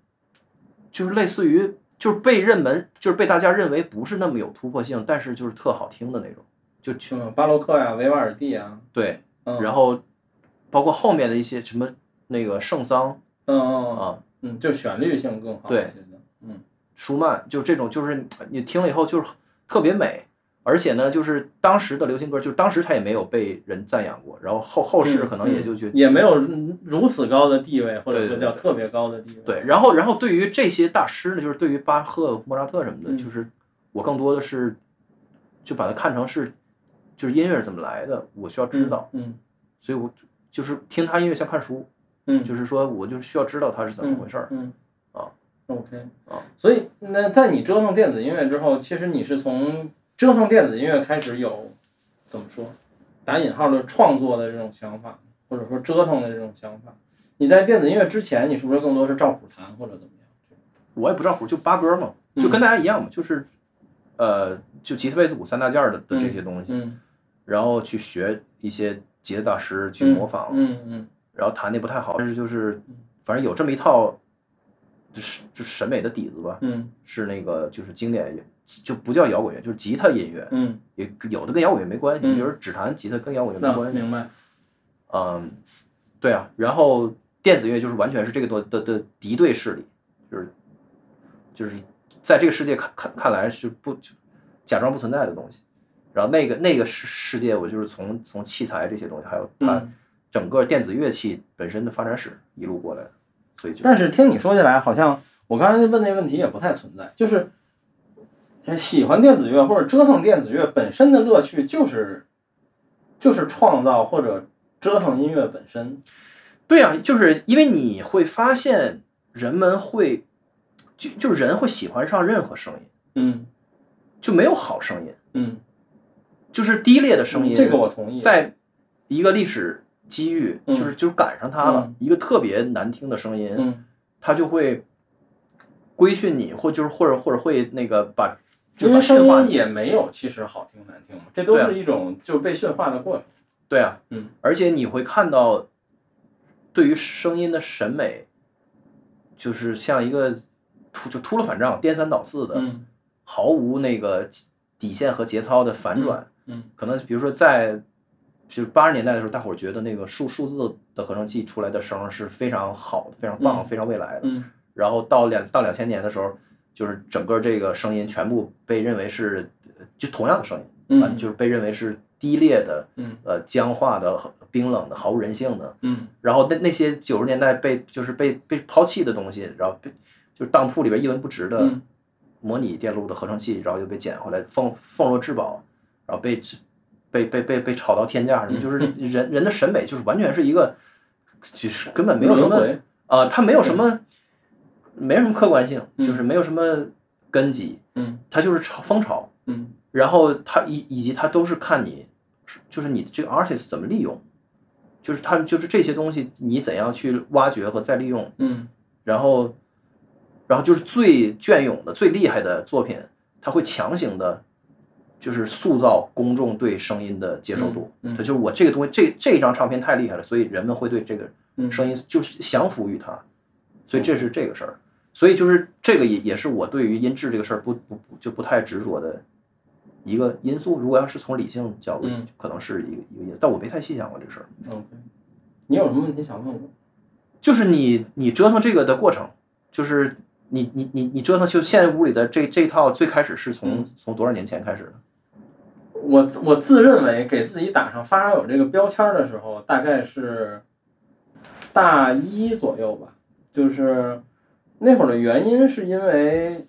S2: 就是类似于就是被认门，就是被大家认为不是那么有突破性，但是就是特好听的那种，就就
S1: 嗯，巴洛克呀、维瓦尔第啊，
S2: 对，
S1: 嗯，
S2: 然后包括后面的一些什么那个圣桑
S1: 嗯嗯嗯
S2: 啊、
S1: 嗯，就旋律性更好。
S2: 对
S1: 我觉得，嗯。
S2: 舒曼，就这种就是你听了以后就是特别美。而且呢，就是当时的流行歌，就是当时他也没有被人赞扬过，然后后后世可能也就觉
S1: 嗯嗯也没有如如此高的地位，或者
S2: 对
S1: 说
S2: 对
S1: 叫特别高的地位。
S2: 对，然后然后对于这些大师呢，就是对于巴赫、莫扎特什么的，
S1: 嗯
S2: 就是我更多的是就把它看成是就是音乐是怎么来的，我需要知道，，
S1: 嗯
S2: 所以我就是听他音乐像看书，
S1: 嗯，
S2: 就是说我就是需要知道他是怎么回事儿。
S1: 嗯
S2: 啊
S1: ，OK
S2: 啊，
S1: 所以那在你折腾电子音乐之后，其实你是从折腾电子音乐开始有怎么说打引号的创作的这种想法，或者说折腾的这种想法。你在电子音乐之前，你是不是更多是照谱弹或者怎么样？
S2: 我也不照谱，就八歌嘛，
S1: 嗯
S2: 就跟大家一样嘛，就是呃，就吉他、贝斯、鼓三大件儿的的这些东西，
S1: 嗯
S2: 然后去学一些吉他大师去
S1: 嗯
S2: 模仿，
S1: 嗯嗯
S2: 然后弹的不太好，但是就是
S1: 嗯
S2: 反正有这么一套。就是就是审美的底子吧，
S1: 嗯
S2: 是那个就是经典乐，就不叫摇滚乐，就是吉他音乐，
S1: 嗯，
S2: 也有的跟摇滚乐没关系，
S1: 嗯
S2: 有就是只弹吉他跟摇滚乐
S1: 那
S2: 没关系。
S1: 明白。
S2: 嗯，对啊，然后电子乐就是完全是这个多的的敌对势力，就是就是在这个世界看看看来是不就假装不存在的东西。然后那个那个世世界，我就是从从器材这些东西，还有它
S1: 嗯，
S2: 整个电子乐器本身的发展史一路过来的，所以就
S1: 但是听你说起来，好像我刚才问那问题也不太存在，就是呃喜欢电子乐或者折腾电子乐本身的乐趣就是就是创造或者折腾音乐本身。
S2: 对啊，就是因为你会发现人们会，就就人会喜欢上任何声音，
S1: 嗯
S2: 就没有好声音，
S1: 嗯，
S2: 就是低劣的声音。
S1: 这个我同意。
S2: 在一个历史机遇，
S1: 嗯
S2: 就是就是赶上它了，
S1: 嗯
S2: 一个特别难听的声音，
S1: 嗯
S2: 他就会规训你，或就是或者或者会那个把就
S1: 因
S2: 把
S1: 为
S2: 驯
S1: 声
S2: 化
S1: 音
S2: 你。
S1: 也没有其实好听难听嘛，这都
S2: 对啊
S1: 是一种就被驯化的过程。
S2: 对啊，
S1: 嗯，
S2: 而且你会看到，对于声音的审美，就是像一个突就突了反账、颠三倒四的，
S1: 嗯
S2: 毫无那个底线和节操的反转。
S1: 嗯
S2: 可能比如说在就是八十年代的时候，大伙儿觉得那个数数字的合成器出来的声儿是非常好的、非常棒、
S1: 嗯
S2: 非常未来的。
S1: 嗯
S2: 然后到两到两千年的时候，就是整个这个声音全部被认为是呃就同样的声音，啊，
S1: 嗯，
S2: 就是被认为是低劣的，
S1: 嗯，
S2: 呃，僵化的、冰冷的、毫无人性的。
S1: 嗯
S2: 然后那那些九十年代被就是被被抛弃的东西，然后被就是当铺里边一文不值的
S1: 嗯
S2: 模拟电路的合成器，然后又被捡回来，奉奉若至宝，然后被被被被被炒到天价，什
S1: 嗯
S2: 么就是人人的审美就是完全是一个，就是根本没有什么
S1: 轮回
S2: 啊，它没有什么，没有什么客观性，
S1: 嗯
S2: 就是没有什么根基，
S1: 嗯
S2: 它就是潮风潮，
S1: 嗯
S2: 然后它以以及它都是看你，就是你这个 artist 怎么利用，就是它就是这些东西你怎样去挖掘和再利用，
S1: 嗯
S2: 然后，然后就是最隽永的、最厉害的作品，它会强行的，就是塑造公众对声音的接受度。
S1: 嗯嗯
S2: 它就是我这个东西，这这一张唱片太厉害了，所以人们会对这个
S1: 嗯
S2: 声音就是降服于它。所以这是这个事儿。所以就是这个也也是我对于音质这个事儿不不不就不太执着的一个因素。如果要是从理性角度，
S1: 嗯
S2: 可能是一个一个因素，但我没太细想过这事儿。
S1: ，OK。你有什么问题想问我？
S2: 就是你你折腾这个的过程，就是你你你你折腾，就现在屋里的这这套最开始是从、
S1: 嗯
S2: 从多少年前开始的？
S1: 我我自认为给自己打上发烧友这个标签儿的时候，大概是大一左右吧。就是那会儿的原因是因为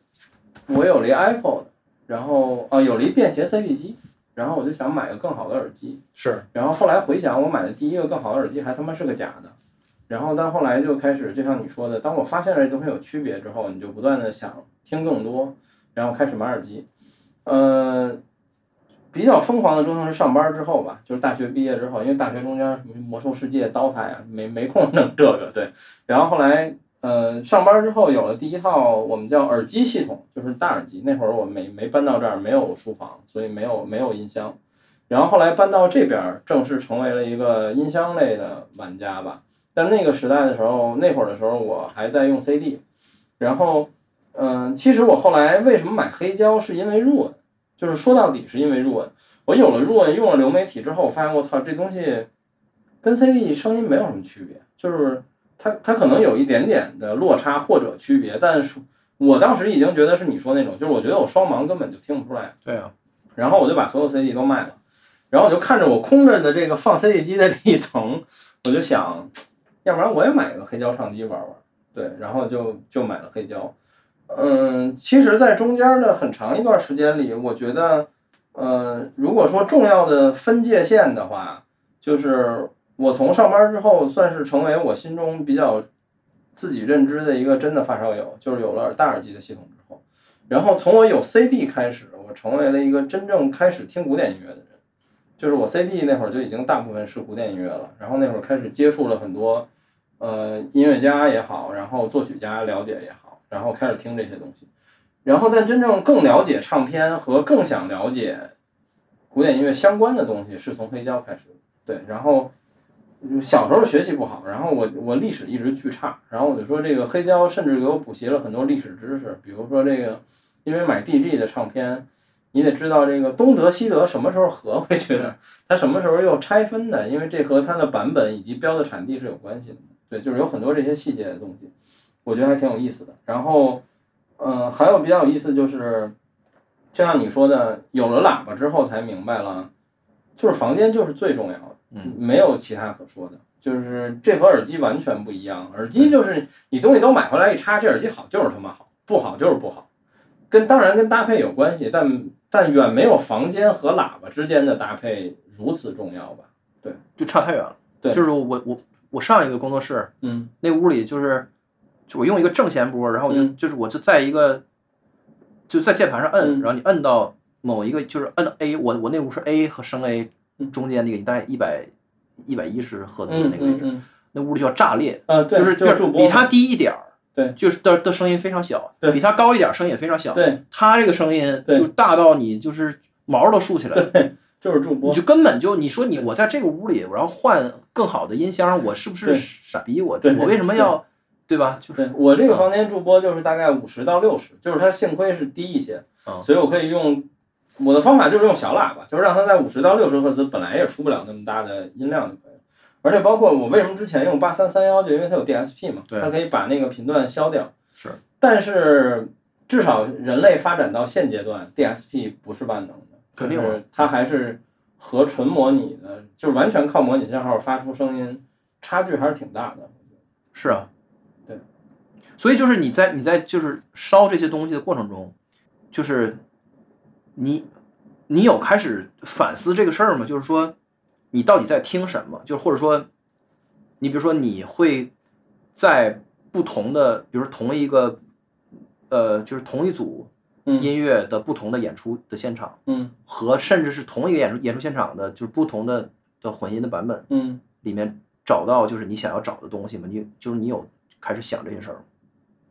S1: 我有了一 iPod，然后啊有了一便携 CD 机，然后我就想买个更好的耳机。
S2: 是，
S1: 然后后来回想，我买的第一个更好的耳机还他妈是个假的。然后但后来就开始，就像你说的，当我发现了这东西有区别之后，你就不断的想听更多，然后开始买耳机。呃，比较疯狂的折腾是上班之后吧，就是大学毕业之后，因为大学中间什么魔兽世界、刀塔呀，没没空弄这个，对。然后后来，呃，上班之后有了第一套我们叫耳机系统，就是大耳机。那会儿我没没搬到这儿，没有书房，所以没有没有音箱。然后后来搬到这边儿，正式成为了一个音箱类的玩家吧。但那个时代的时候，那会儿的时候，我还在用 CD。然后，嗯、其实我后来为什么买黑胶，是因为入文，就是说到底是因为入文。我有了入文，用了流媒体之后，我发现我操，这东西跟 CD 声音没有什么区别，就是它它可能有一点点的落差或者区别，但是我当时已经觉得是你说那种，就是我觉得我双盲根本就听不出来。
S2: 对啊，
S1: 然后我就把所有 CD 都卖了，然后我就看着我空着的这个放 CD 机的这一层， 我就想，要不然我也买个黑胶唱机玩玩。对，然后就就买了黑胶。嗯，其实，在中间的很长一段时间里，我觉得，呃，如果说重要的分界线的话，就是我从上班之后，算是成为我心中比较自己认知的一个真的发烧友，就是有了耳大耳机的系统之后。然后从我有 CD 开始，我成为了一个真正开始听古典音乐的人。就是我 CD 那会儿就已经大部分是古典音乐了，然后那会儿开始接触了很多，呃，音乐家也好，然后作曲家了解也好，然后开始听这些东西。然后，但真正更了解唱片和更想了解古典音乐相关的东西，是从黑胶开始的。对，然后嗯小时候学习不好，然后我我历史一直巨差，然后我就说这个黑胶甚至给我补习了很多历史知识，比如说这个，因为买 DG 的唱片，你得知道这个东德西德什么时候合回去的，它什么时候又拆分的，因为这和它的版本以及标的产地是有关系的。对，就是有很多这些细节的东西，我觉得还挺有意思的。然后，呃，还有比较有意思就是，就像你说的，有了喇叭之后才明白了，就是房间就是最重要的，
S2: 嗯，
S1: 没有其他可说的。就是这和耳机完全不一样，耳机就是你东西都买回来一插，这耳机好就是他妈好，不好就是不好，跟当然跟搭配有关系，但但远没有房间和喇叭之间的搭配如此重要吧？
S2: 就差太远了。
S1: 对
S2: 就是我我我上一个工作室
S1: 嗯
S2: 那屋里就是，就我用一个正弦波，然后我就、
S1: 嗯
S2: 就是我就在一个就在键盘上
S1: 嗯
S2: 摁，然后你摁到某一个就是摁 A，我我那屋是 A 和升 A
S1: 嗯
S2: 中间那个，你大概一百一百一十赫兹的
S1: 嗯
S2: 那个位
S1: 嗯
S2: 置，
S1: 嗯，
S2: 那屋里就要炸裂。
S1: 呃，对，
S2: 就是
S1: 就是
S2: 是
S1: 主播
S2: 比它低一点儿，
S1: 对，
S2: 就是的的声音非常小，
S1: 对
S2: 比他高一点声音也非常小，
S1: 对，
S2: 他这个声音
S1: 对
S2: 就大到你就是毛都竖起来了，
S1: 就是助
S2: 你
S1: 播，
S2: 就根本就你说你我在这个屋里，然后换更好的音箱，我是不是
S1: 对
S2: 傻逼？我
S1: 对
S2: 我为什么要对吧？就是
S1: 对我
S2: 嗯
S1: 这个房间助播就是大概五十到六十，就是它幸亏是低一些，
S2: 嗯
S1: 所以我可以用我的方法就是用小喇叭，就是让它在五十到六十赫兹，本来也出不了那么大的音量就可以了。而且包括我为什么之前用八三三幺，就因为它有 DSP 嘛，
S2: 对
S1: 它可以把那个频段消掉。
S2: 是，
S1: 但是至少人类发展到现阶段，DSP 不是万能的，
S2: 肯定啊
S1: 就是它还是和纯模拟的，就是完全靠模拟信号发出声音，差距还是挺大的。
S2: 是啊，
S1: 对。
S2: 所以就是你在你在就是烧这些东西的过程中，就是你你有开始反思这个事儿吗？就是说你到底在听什么？就或者说你比如说你会在不同的，比如说同一个呃，就是同一组
S1: 嗯
S2: 音乐的不同的演出的现场，
S1: 嗯
S2: 和甚至是同一个演出演出现场的，就是不同的的混音的版本。
S1: 嗯，
S2: 里面找到就是你想要找的东西吗？你就是你有开始想这些事儿吗？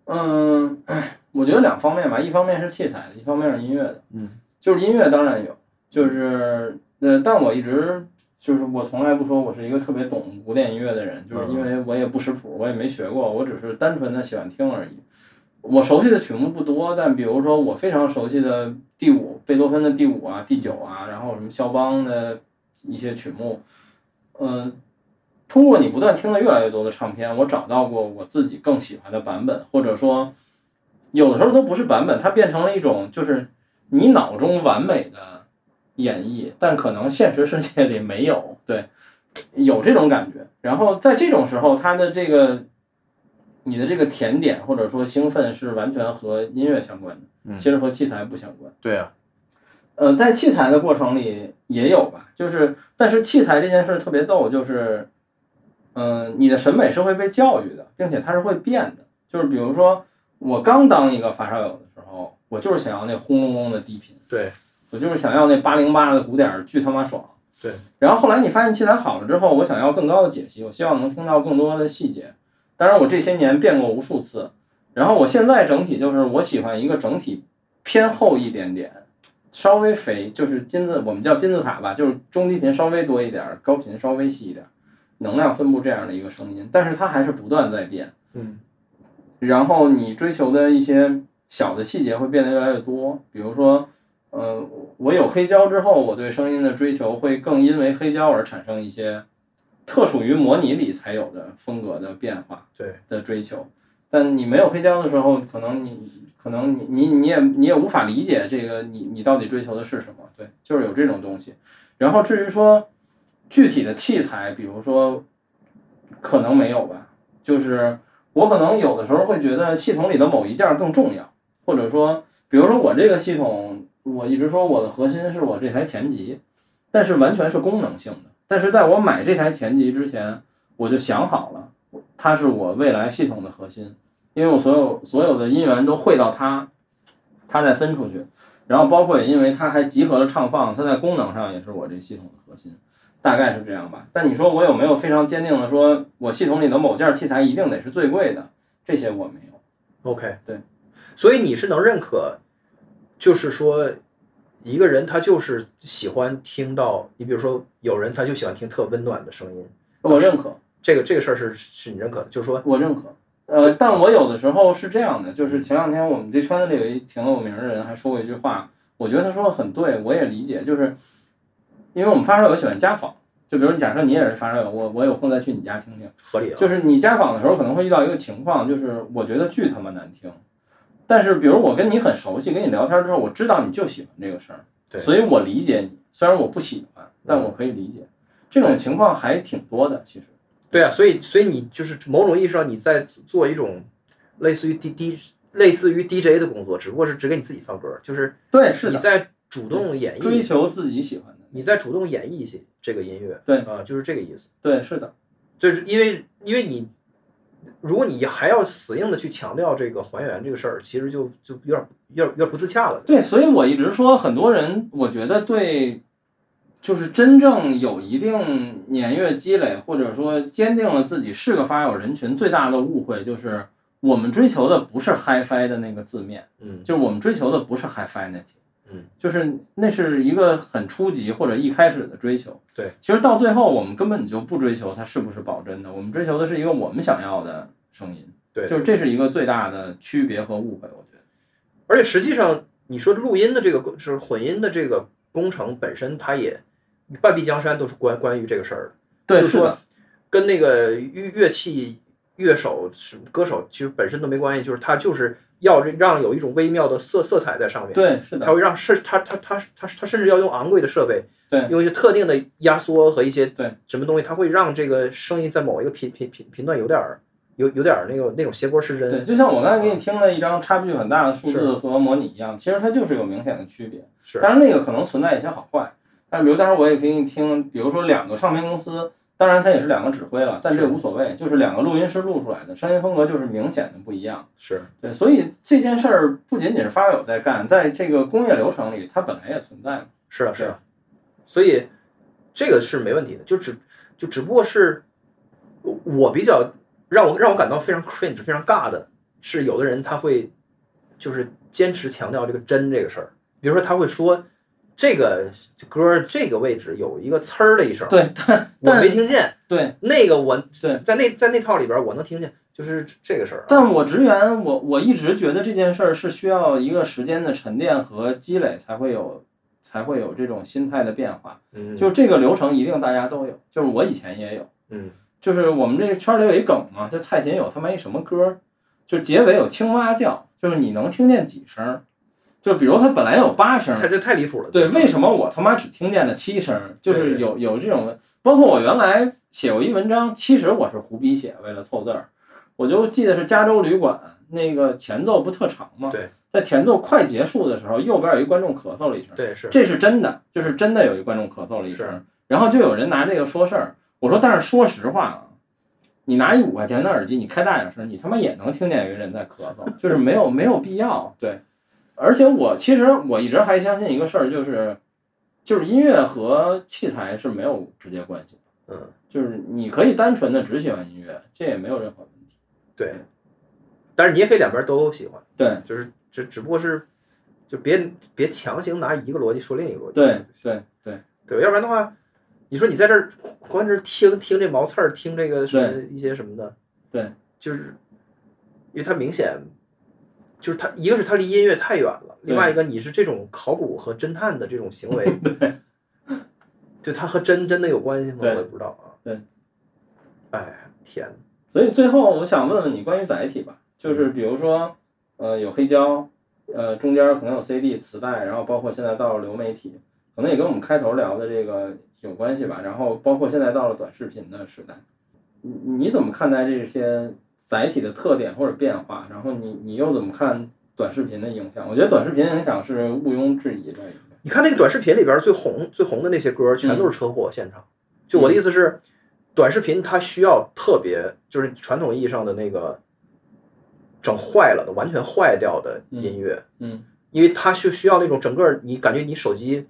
S1: 嗯，唉我觉得两方面吧，一方面是器材的，一方面是音乐的。
S2: 嗯，
S1: 就是音乐当然有，就是呃，但我一直就是我从来不说我是一个特别懂古典音乐的人，就是因为我也不识谱，我也没学过，我只是单纯的喜欢听而已。我熟悉的曲目不多，但比如说我非常熟悉的第五，贝多芬的第五啊、第九啊，然后什么肖邦的一些曲目，嗯、通过你不断听的越来越多的唱片，我找到过我自己更喜欢的版本，或者说有的时候都不是版本，它变成了一种就是你脑中完美的演绎，但可能现实世界里没有，对，有这种感觉。然后在这种时候，它的这个你的这个甜点或者说兴奋是完全和音乐相关的，
S2: 嗯
S1: 其实和器材不相关。
S2: 对啊，
S1: 呃，在器材的过程里也有吧，就是但是器材这件事特别逗，就是，嗯、你的审美是会被教育的，并且它是会变的。就是比如说，我刚当一个发烧友的时候，我就是想要那轰隆隆的低频，
S2: 对
S1: 我就是想要那八零八的鼓点儿，巨他妈爽。
S2: 对。
S1: 然后后来你发现器材好了之后，我想要更高的解析，我希望能听到更多的细节。当然，我这些年变过无数次。然后我现在整体就是我喜欢一个整体偏厚一点点，稍微肥，就是金字我们叫金字塔吧，就是中低频稍微多一点儿，高频稍微细一点儿，能量分布这样的一个声音。但是它还是不断在变。
S2: 嗯。
S1: 然后你追求的一些小的细节会变得越来越多，比如说。嗯，我有黑胶之后，我对声音的追求会更因为黑胶而产生一些特属于模拟里才有的风格的变化，
S2: 对
S1: 的追求。但你没有黑胶的时候，可能你可能你你你也你也无法理解这个你你到底追求的是什么，对，就是有这种东西。然后至于说具体的器材，比如说可能没有吧，就是我可能有的时候会觉得系统里的某一件儿更重要，或者说。比如说我这个系统，我一直说我的核心是我这台前级，但是完全是功能性的。但是在我买这台前级之前，我就想好了，它是我未来系统的核心，因为我所有所有的音源都汇到它，它再分出去。然后包括也因为它还集合了唱放，它在功能上也是我这系统的核心，大概是这样吧。但你说我有没有非常坚定的说，我系统里的某件器材一定得是最贵的？这些我没有。
S2: ，OK，
S1: 对，
S2: 所以你是能认可，就是说一个人他就是喜欢听到，你比如说有人他就喜欢听特温暖的声音，
S1: 我认可，
S2: 这个这个事儿是是你认可的，就是说
S1: 我认可。呃，但我有的时候是这样的，就是前两天我们这圈子里有一挺有名的人还说过一句话，我觉得他说的很对，我也理解，就是因为我们发烧友喜欢家访，就比如假设你也是发烧友，我我有空再去你家听听，
S2: 合理啊，
S1: 就是你家访的时候可能会遇到一个情况，就是我觉得巨他妈难听，但是比如我跟你很熟悉，跟你聊天之后，我知道你就喜欢这个事儿，
S2: 对
S1: 所以我理解你，虽然我不喜欢，但我可以理解，这种情况还挺多的，其实。
S2: 对啊，所以所以你就是某种意义上你在做一种类似于 D D 类似于 DJ 的工作，只不过是只给你自己放歌，就是
S1: 对，是
S2: 你
S1: 的，
S2: 在主动演
S1: 追
S2: 绎，
S1: 求自己喜欢的。
S2: 你在主动演绎一些这个音乐，
S1: 对
S2: 啊、就是这个意思。
S1: 对，是的，
S2: 就是因为因为你，如果你还要死硬的去强调这个还原这个事儿，其实就就有点有点有点不自洽了。
S1: 对，所以我一直说，很多人我觉得对，就是真正有一定年月积累，或者说坚定了自己是个发烧友人群，最大的误会就是我们追求的不是 HiFi 的那个字面，
S2: 嗯
S1: 就是我们追求的不是 HiFi 那题，
S2: 嗯，
S1: 就是那是一个很初级或者一开始的追求。
S2: 对，
S1: 其实到最后我们根本就不追求它是不是保真的，我们追求的是一个我们想要的声音。
S2: 对
S1: 就是这是一个最大的区别和误会，我觉得。
S2: 而且实际上，你说录音的这个工就是混音的这个工程本身，它也半壁江山都是关关于这个事儿的。
S1: 对，
S2: 就是说
S1: 的，
S2: 跟那个乐乐器、乐手、歌手其实本身都没关系，就是它就是要让有一种微妙的色色彩在上面。
S1: 对，是
S2: 它
S1: 的，
S2: 会让是它它它它它甚至要用昂贵的设备，
S1: 对
S2: 用一些特定的压缩和一些
S1: 对
S2: 什么东西，它会让这个声音在某一个频频频频段有点儿有有点儿那个那种斜坡失真。
S1: 对，就像我刚才给你听了一张差距很大的数
S2: 是
S1: 字和模拟一样，其实它就是有明显的区别。
S2: 是，
S1: 当然那个可能存在一些好坏，但是比如当时我也可以听，比如说两个唱片公司，当然它也是两个指挥了，但
S2: 是
S1: 这无所谓，就是两个录音师录出来的声音风格就是明显的不一样。
S2: 是
S1: 对，所以这件事儿不仅仅是发友在干，在这个工业流程里，它本来也存在嘛。
S2: 是啊，是
S1: 对
S2: 啊，所以这个是没问题的，就只就只不过是我我比较让我让我感到非常 cringe 非常尬的是，有的人他会就是坚持强调这个真这个事儿，比如说他会说这个歌儿这个位置有一个呲儿的一声，
S1: 对，但
S2: 我
S1: 但
S2: 没听见，
S1: 对，
S2: 那个我
S1: 对
S2: 在那在那套里边儿我能听见，就是这个事儿啊，
S1: 但我职员，我我一直觉得这件事儿是需要一个时间的沉淀和积累才会有。才会有这种心态的变化，
S2: 嗯
S1: 就这个流程一定大家都有，就是我以前也有，
S2: 嗯
S1: 就是我们这个圈里有一梗嘛，就蔡琴有他妈一什么歌儿，就结尾有青蛙叫，就是你能听见几声儿？就比如他本来有八声儿，
S2: 太这太离谱了，
S1: 对，
S2: 这个
S1: 为什么我他妈只听见了七声儿？就
S2: 对
S1: 是
S2: 对
S1: 有有这种，包括我原来写过一文章，其实我是胡逼写，为了凑字儿，我就记得是加州旅馆那个前奏不特长吗？
S2: 对，
S1: 在前奏快结束的时候，右边有一观众咳嗽了一声。
S2: 对是
S1: 这是真的，就是真的有一观众咳嗽了一
S2: 是
S1: 声，然后就有人拿这个说事儿。我说，但是说实话啊，你拿一五块钱的耳机，你开大点声，你他妈也能听见有一个人在咳嗽，就是没有没有必要。对，而且我其实我一直还相信一个事儿，就是就是音乐和器材是没有直接关系的，
S2: 嗯
S1: 就是你可以单纯的只喜欢音乐，这也没有任何问题。
S2: 对，但是你也可以两边都喜欢。
S1: 对
S2: 就是只只不过是，就别别强行拿一个逻辑说另一个逻辑，
S1: 对对对
S2: 对，要不然的话，你说你在这儿光是听听这毛刺儿，听这个什么一些什么的，
S1: 对，
S2: 就是因为它明显就是它一个是它离音乐太远了，
S1: 对
S2: 另外一个你是这种考古和侦探的这种行 为，对，它和真真的有关系吗？我
S1: 对
S2: 也不知道啊，
S1: 对，
S2: 哎，天呐，
S1: 所以最后我想问问你关于载体吧，
S2: 嗯
S1: 就是比如说，呃，有黑胶，呃，中间可能有 CD、磁带，然后包括现在到了流媒体，可能也跟我们开头聊的这个有关系吧。然后包括现在到了短视频的时代，你你怎么看待这些载体的特点或者变化？然后你你又怎么看短视频的影响？我觉得短视频的影响是毋庸置疑的。
S2: 你看那个短视频里边最红最红的那些歌，全
S1: 嗯
S2: 都是车祸现场。就我的意思是，短视频它需要特别，就是传统意义上的那个整坏了的、完全坏掉的音乐，
S1: 嗯，
S2: 因为它是需要那种整个你感觉你手机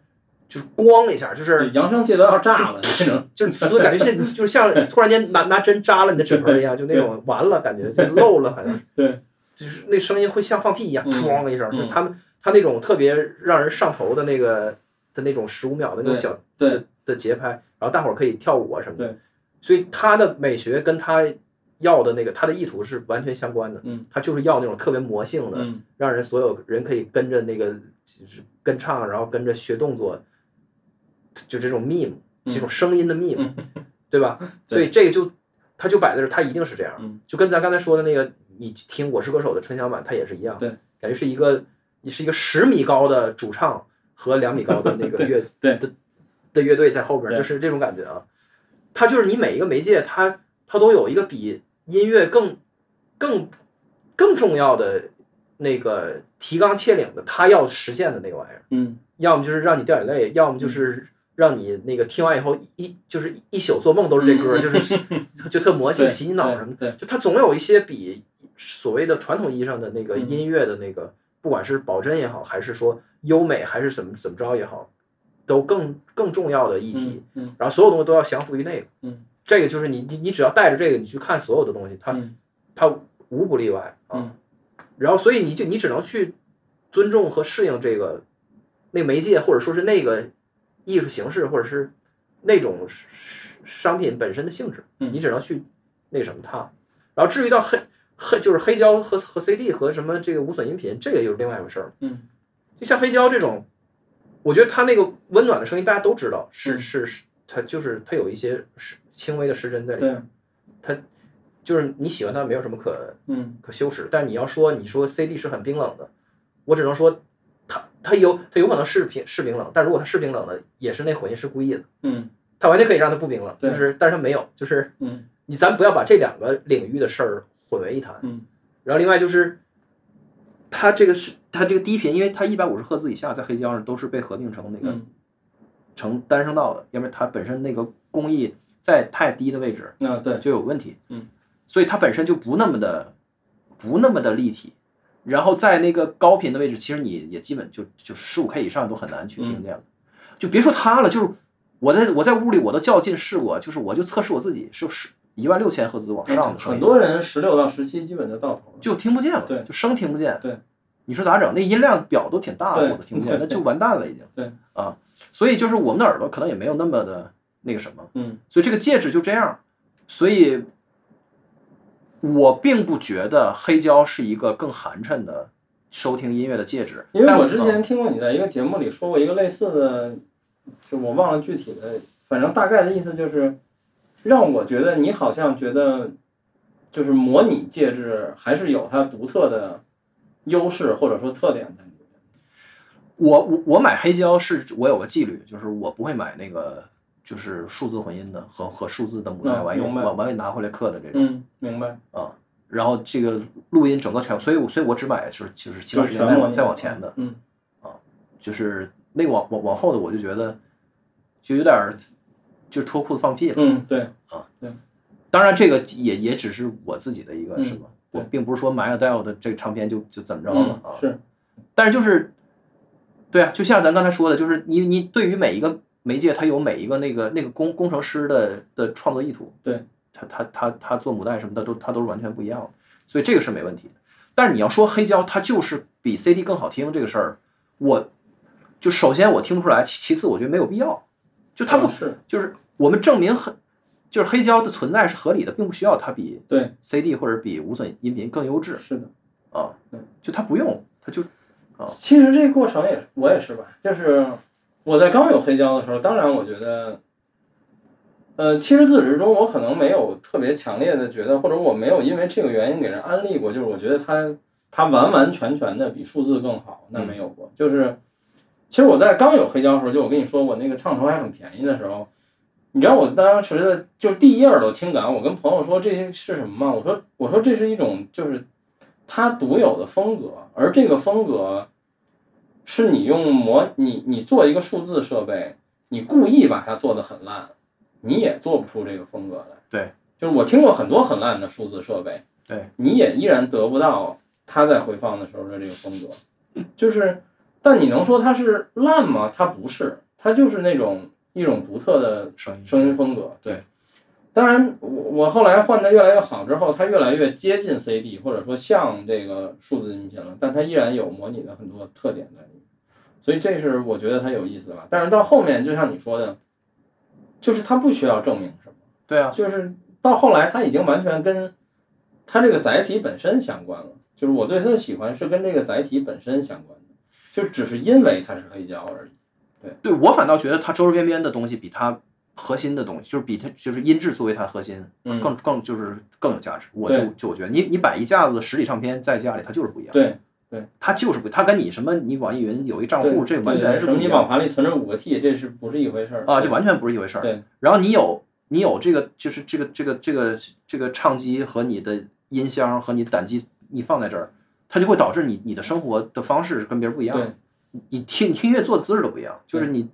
S2: 就是咣一下，就是
S1: 扬声器都要炸了那种。
S2: 就是呲，感觉现就是像突然间拿拿针扎了你的纸盆一样，就那种完了，感觉就漏了，好像是
S1: 对，
S2: 就是那声音会像放屁一样，
S1: 嗯
S2: 咣一声，就是
S1: 嗯
S2: 他们他那种特别让人上头的那个的那种十五秒的那种
S1: 对
S2: 小
S1: 对
S2: 的的节拍，然后大伙儿可以跳舞啊什么的
S1: 对，
S2: 所以他的美学跟他要的那个他的意图是完全相关的，
S1: 嗯
S2: 他就是要那种特别魔性的，
S1: 嗯
S2: 让人所有人可以跟着那个就是跟唱，然后跟着学动作，就这种 meme，
S1: 嗯
S2: 这种声音的 meme，、对 吧？所以这个就它就摆在这儿，它一定是这样，
S1: 嗯
S2: 就跟咱刚才说的那个，你听《我是歌手》的春晓版，它也是一样，
S1: 对，
S2: 感觉是一个是一个十米高的主唱和两米高的那个乐
S1: 对
S2: 的的乐队在后边儿，
S1: 对
S2: 就是这种感觉啊。它就是你每一个媒介，它它都有一个比音乐更更更重要的那个提纲挈领的，他要实现的那个玩意儿，
S1: 嗯
S2: 要么就是让你掉眼泪，要么就是让你那个听完以后一就是一一宿做梦都是这歌，就是 就特魔
S1: 嗯
S2: 性
S1: 对
S2: 洗你脑什么的。
S1: 对对
S2: 就它总有一些比所谓的传统意义上的那个
S1: 嗯
S2: 音乐的那个，不管是保真也好，还是说优美，还是怎么怎么着也好，都更更重要的议题。
S1: 嗯嗯
S2: 然后所有东西都要降服于那个。
S1: 嗯
S2: 这个就是你你你只要带着这个，你去看所有的东西，它
S1: 嗯
S2: 它无不例外啊。
S1: 嗯
S2: 然后，所以你就你只能去尊重和适应这个那个媒介，或者说是那个艺术形式，或者是那种商品本身的性质，
S1: 嗯
S2: 你只能去那什么它。然后，至于到黑黑就是黑胶和和 CD 和什么这个无损音频，这个就是另外一回事儿。
S1: 嗯，
S2: 就像黑胶这种，我觉得它那个温暖的声音，大家都知道，是
S1: 嗯
S2: 是是，它就是它有一些是轻微的失真在里面，
S1: 对，
S2: 就是你喜欢它没有什么可
S1: 嗯
S2: 可羞耻，但你要说你说 CD 是很冰冷的，我只能说它它有它有可能是冰是冰冷，但如果它是冰冷的，也是那混音是故意的，
S1: 嗯
S2: 它完全可以让它不冰冷，
S1: 对
S2: 就是但是它没有，就是
S1: 嗯
S2: 你咱不要把这两个领域的事儿混为一谈。
S1: 嗯，
S2: 然后另外就是，它这个是它这个低频，因为它一百五十赫兹以下在黑胶上都是被合并成那个
S1: 嗯，
S2: 成单声道的，要不然它本身那个工艺在太低的位置
S1: 那对，
S2: 就有问题。
S1: 嗯，
S2: 所以它本身就不那么的不那么的立体。然后在那个高频的位置，其实你也基本就就十五 K 以上都很难去听
S1: 嗯
S2: 见了，就别说它了，就是我在我在屋里我都较劲试过，就是我就测试我自己，是是一万六千赫兹往上的声
S1: 嗯
S2: 音
S1: 很多人十六到十七基本就到头了。
S2: 就听不见了，
S1: 对
S2: 就声听不见。
S1: 对，
S2: 你说咋整？那音量表都挺大的，
S1: 对
S2: 我都听不见，那就完蛋了已经。
S1: 对，
S2: 啊，所以就是我们的耳朵可能也没有那么的那个什么，
S1: 嗯
S2: 所以这个介质就这样。所以，我并不觉得黑胶是一个更寒碜的收听音乐的介质。
S1: 因为
S2: 但
S1: 我之前
S2: 嗯
S1: 听过你在一个节目里说过一个类似的，就我忘了具体的，反正大概的意思就是，让我觉得你好像觉得，就是模拟介质还是有它独特的优势或者说特点在里面。
S2: 我我我买黑胶是我有个纪律，就是我不会买那个。就是数字混音的和和数字的母带
S1: 嗯
S2: 完又
S1: 明白
S2: 完完又拿回来刻的这种，
S1: 嗯，明白。
S2: 啊，然后这个录音整个全，所以我所以我只买就是就是七八
S1: 就
S2: 十
S1: 是
S2: 年
S1: 全模
S2: 代
S1: 拟
S2: 再往前的，。
S1: 嗯
S2: 就是那个往往往后的我就觉得就有点儿就是脱裤子放屁了。
S1: 嗯，对，
S2: 当然这个也也只是我自己的一个
S1: 嗯
S2: 什么，我
S1: 对
S2: 并不是说买 Adele 的这个唱片就就怎么着了
S1: 嗯
S2: 啊，
S1: 是，
S2: 但是就是，对啊，就像咱刚才说的，就是你你对于每一个媒介，它有每一个那个那个工工程师的的创作意图，
S1: 对，
S2: 他他他他做母带什么的都他都是完全不一样的，所以这个是没问题的。但是你要说黑胶它就是比 CD 更好听这个事儿，我就首先我听不出来，其其次我觉得没有必要，就它不、
S1: 啊是
S2: 就是我们证明黑就是黑胶的存在是合理的，并不需要它比
S1: 对
S2: CD 或者比无损音频更优质
S1: 是的。
S2: 啊
S1: 对，
S2: 就它不用，它就
S1: 其实这个过程也是我也是吧，就是我在刚有黑胶的时候，当然我觉得，呃，其实自始至终我可能没有特别强烈的觉得，或者我没有因为这个原因给人安利过，就是我觉得它它完完全全的比数字更好，那没有过。就是其实我在刚有黑胶的时候，就我跟你说我那个唱头还很便宜的时候。你知道我当时的就是第一耳朵听感，我跟朋友说这些是什么吗？我说我说这是一种就是它独有的风格，而这个风格是你用模你你做一个数字设备，你故意把它做的很烂，你也做不出这个风格来。
S2: 对，
S1: 就是我听过很多很烂的数字设备，
S2: 对，
S1: 你也依然得不到它在回放的时候的这个风格。 就是，但你能说它是烂吗？它不是，它就是那种一种独特的
S2: 声音
S1: 声音风格。
S2: 对，
S1: 当然我我后来换的越来越好之后，它越来越接近 CD 或者说像这个数字音频了，但它依然有模拟的很多特点在里面，所以这是我觉得它有意思的吧。但是到后面，就像你说的，就是它不需要证明什么。
S2: 对啊，
S1: 就是到后来，它已经完全跟它这个载体本身相关了。就是我对它的喜欢是跟这个载体本身相关的，就只是因为它是黑胶而已。
S2: 对我反倒觉得它周周边边的东西比它核心的东西，就是比它就是音质作为它核心
S1: 嗯
S2: 更更就是更有价值。我
S1: 对
S2: 就就我觉得你你摆一架子实体唱片在家里，它就是不一样，
S1: 对，
S2: 它就是不，它跟你什么你网易云有一账
S1: 对
S2: 户，这完全是
S1: 对
S2: 不
S1: 对
S2: 一
S1: 你
S2: 样
S1: 网盘里存着五个 T，这是不是一回事儿
S2: 啊，这完全不是一回事儿
S1: 对。
S2: 然后你有你有这个就是这个这个这个这个唱机和你的音箱和你的胆机，你放在这儿，它就会导致你你的生活的方式是跟别人不一样的
S1: 对。
S2: 你你听你听音乐做的姿势都不一样，就是你，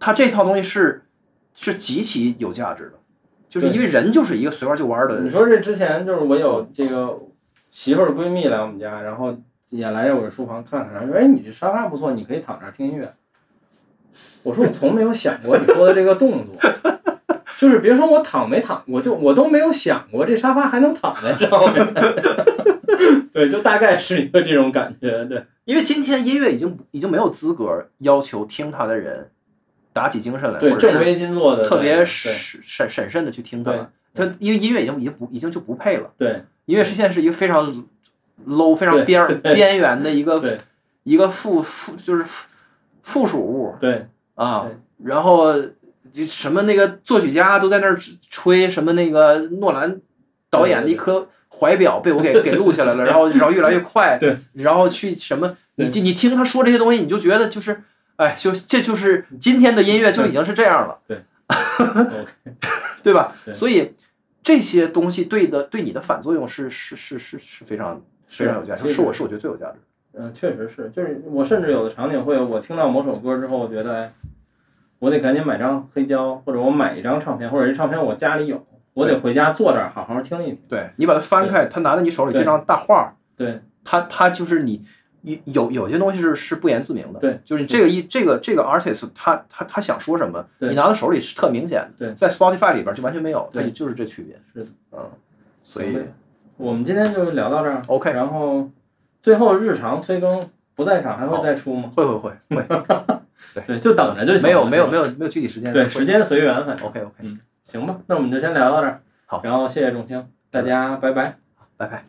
S2: 它这套东西是是极其有价值的，就是
S1: 对
S2: 因为人就是一个随玩就玩的
S1: 你
S2: 人，
S1: 说这之前就是我有这个媳妇儿闺蜜来我们家，然后也来我这书房看看，然后说：“哎，你这沙发不错，你可以躺这儿听音乐。”我说我从没有想过你说的这个动作， 就是别说我躺没躺，我就我都没有想过这沙发还能躺在上面。 对，就大概是一个这种感觉，对，
S2: 因为今天音乐已经已经没有资格要求听它的人打起精神来，
S1: 对，
S2: 或者
S1: 正
S2: 是
S1: 规金做的，
S2: 特别
S1: 对
S2: 审审审慎的去听它
S1: 对
S2: 了。它因为音乐已经已经不已经就不配了，
S1: 对
S2: 音乐实现是一个非常 low、非常
S1: 对
S2: 边儿
S1: 对
S2: 边缘的一
S1: 对
S2: 个一个附附就是附附属物
S1: 对
S2: 啊
S1: 对。
S2: 然后就什么那个作曲家都在那儿吹什么那个诺兰导演的一颗怀表被我给给录下来了，然后然后越来越快
S1: 对，
S2: 然后去什么你
S1: 对
S2: 就你听他说这些东西，你就觉得就是哎，就这就是今天的音乐就已经是这样了。
S1: ，OK，
S2: 对吧？
S1: 对
S2: 所以这些东西对的对你的反作用是是是是是非常 非常有价值，
S1: 是
S2: 是我是我觉得最有价值的。
S1: 嗯，确实是，就是我甚至有的场景会，我听到某首歌之后，我觉得，哎，我得赶紧买张黑胶，或者我买一张唱片，或者这唱片我家里有，我得回家坐这儿好好听一听。
S2: 对你把它翻开，它拿在你手里
S1: 对
S2: 这张大画儿，
S1: 对
S2: 它它就是你你有有些东西是是不言自明的。
S1: 对，
S2: 就是你这个一这个这个 artist 他他他想说什么，
S1: 对
S2: 你拿到手里是特明显的。
S1: 对
S2: 在 Spotify 里边就完全没有，它
S1: 对
S2: 就是这区别。
S1: 是的，
S2: 嗯，所以
S1: 行呗我们今天就聊到这儿
S2: OK
S1: 然后最后日常催更不在场还会再出吗？
S2: 会会 会会，
S1: 对，就等着就行了。
S2: 没有没有
S1: 是吧
S2: 没有没有具体时间，
S1: 对，时间随缘，反正
S2: OK OK，
S1: 行吧，那我们就先聊到这儿。
S2: 好
S1: 然后谢谢仲卿，大家拜拜。
S2: 拜拜。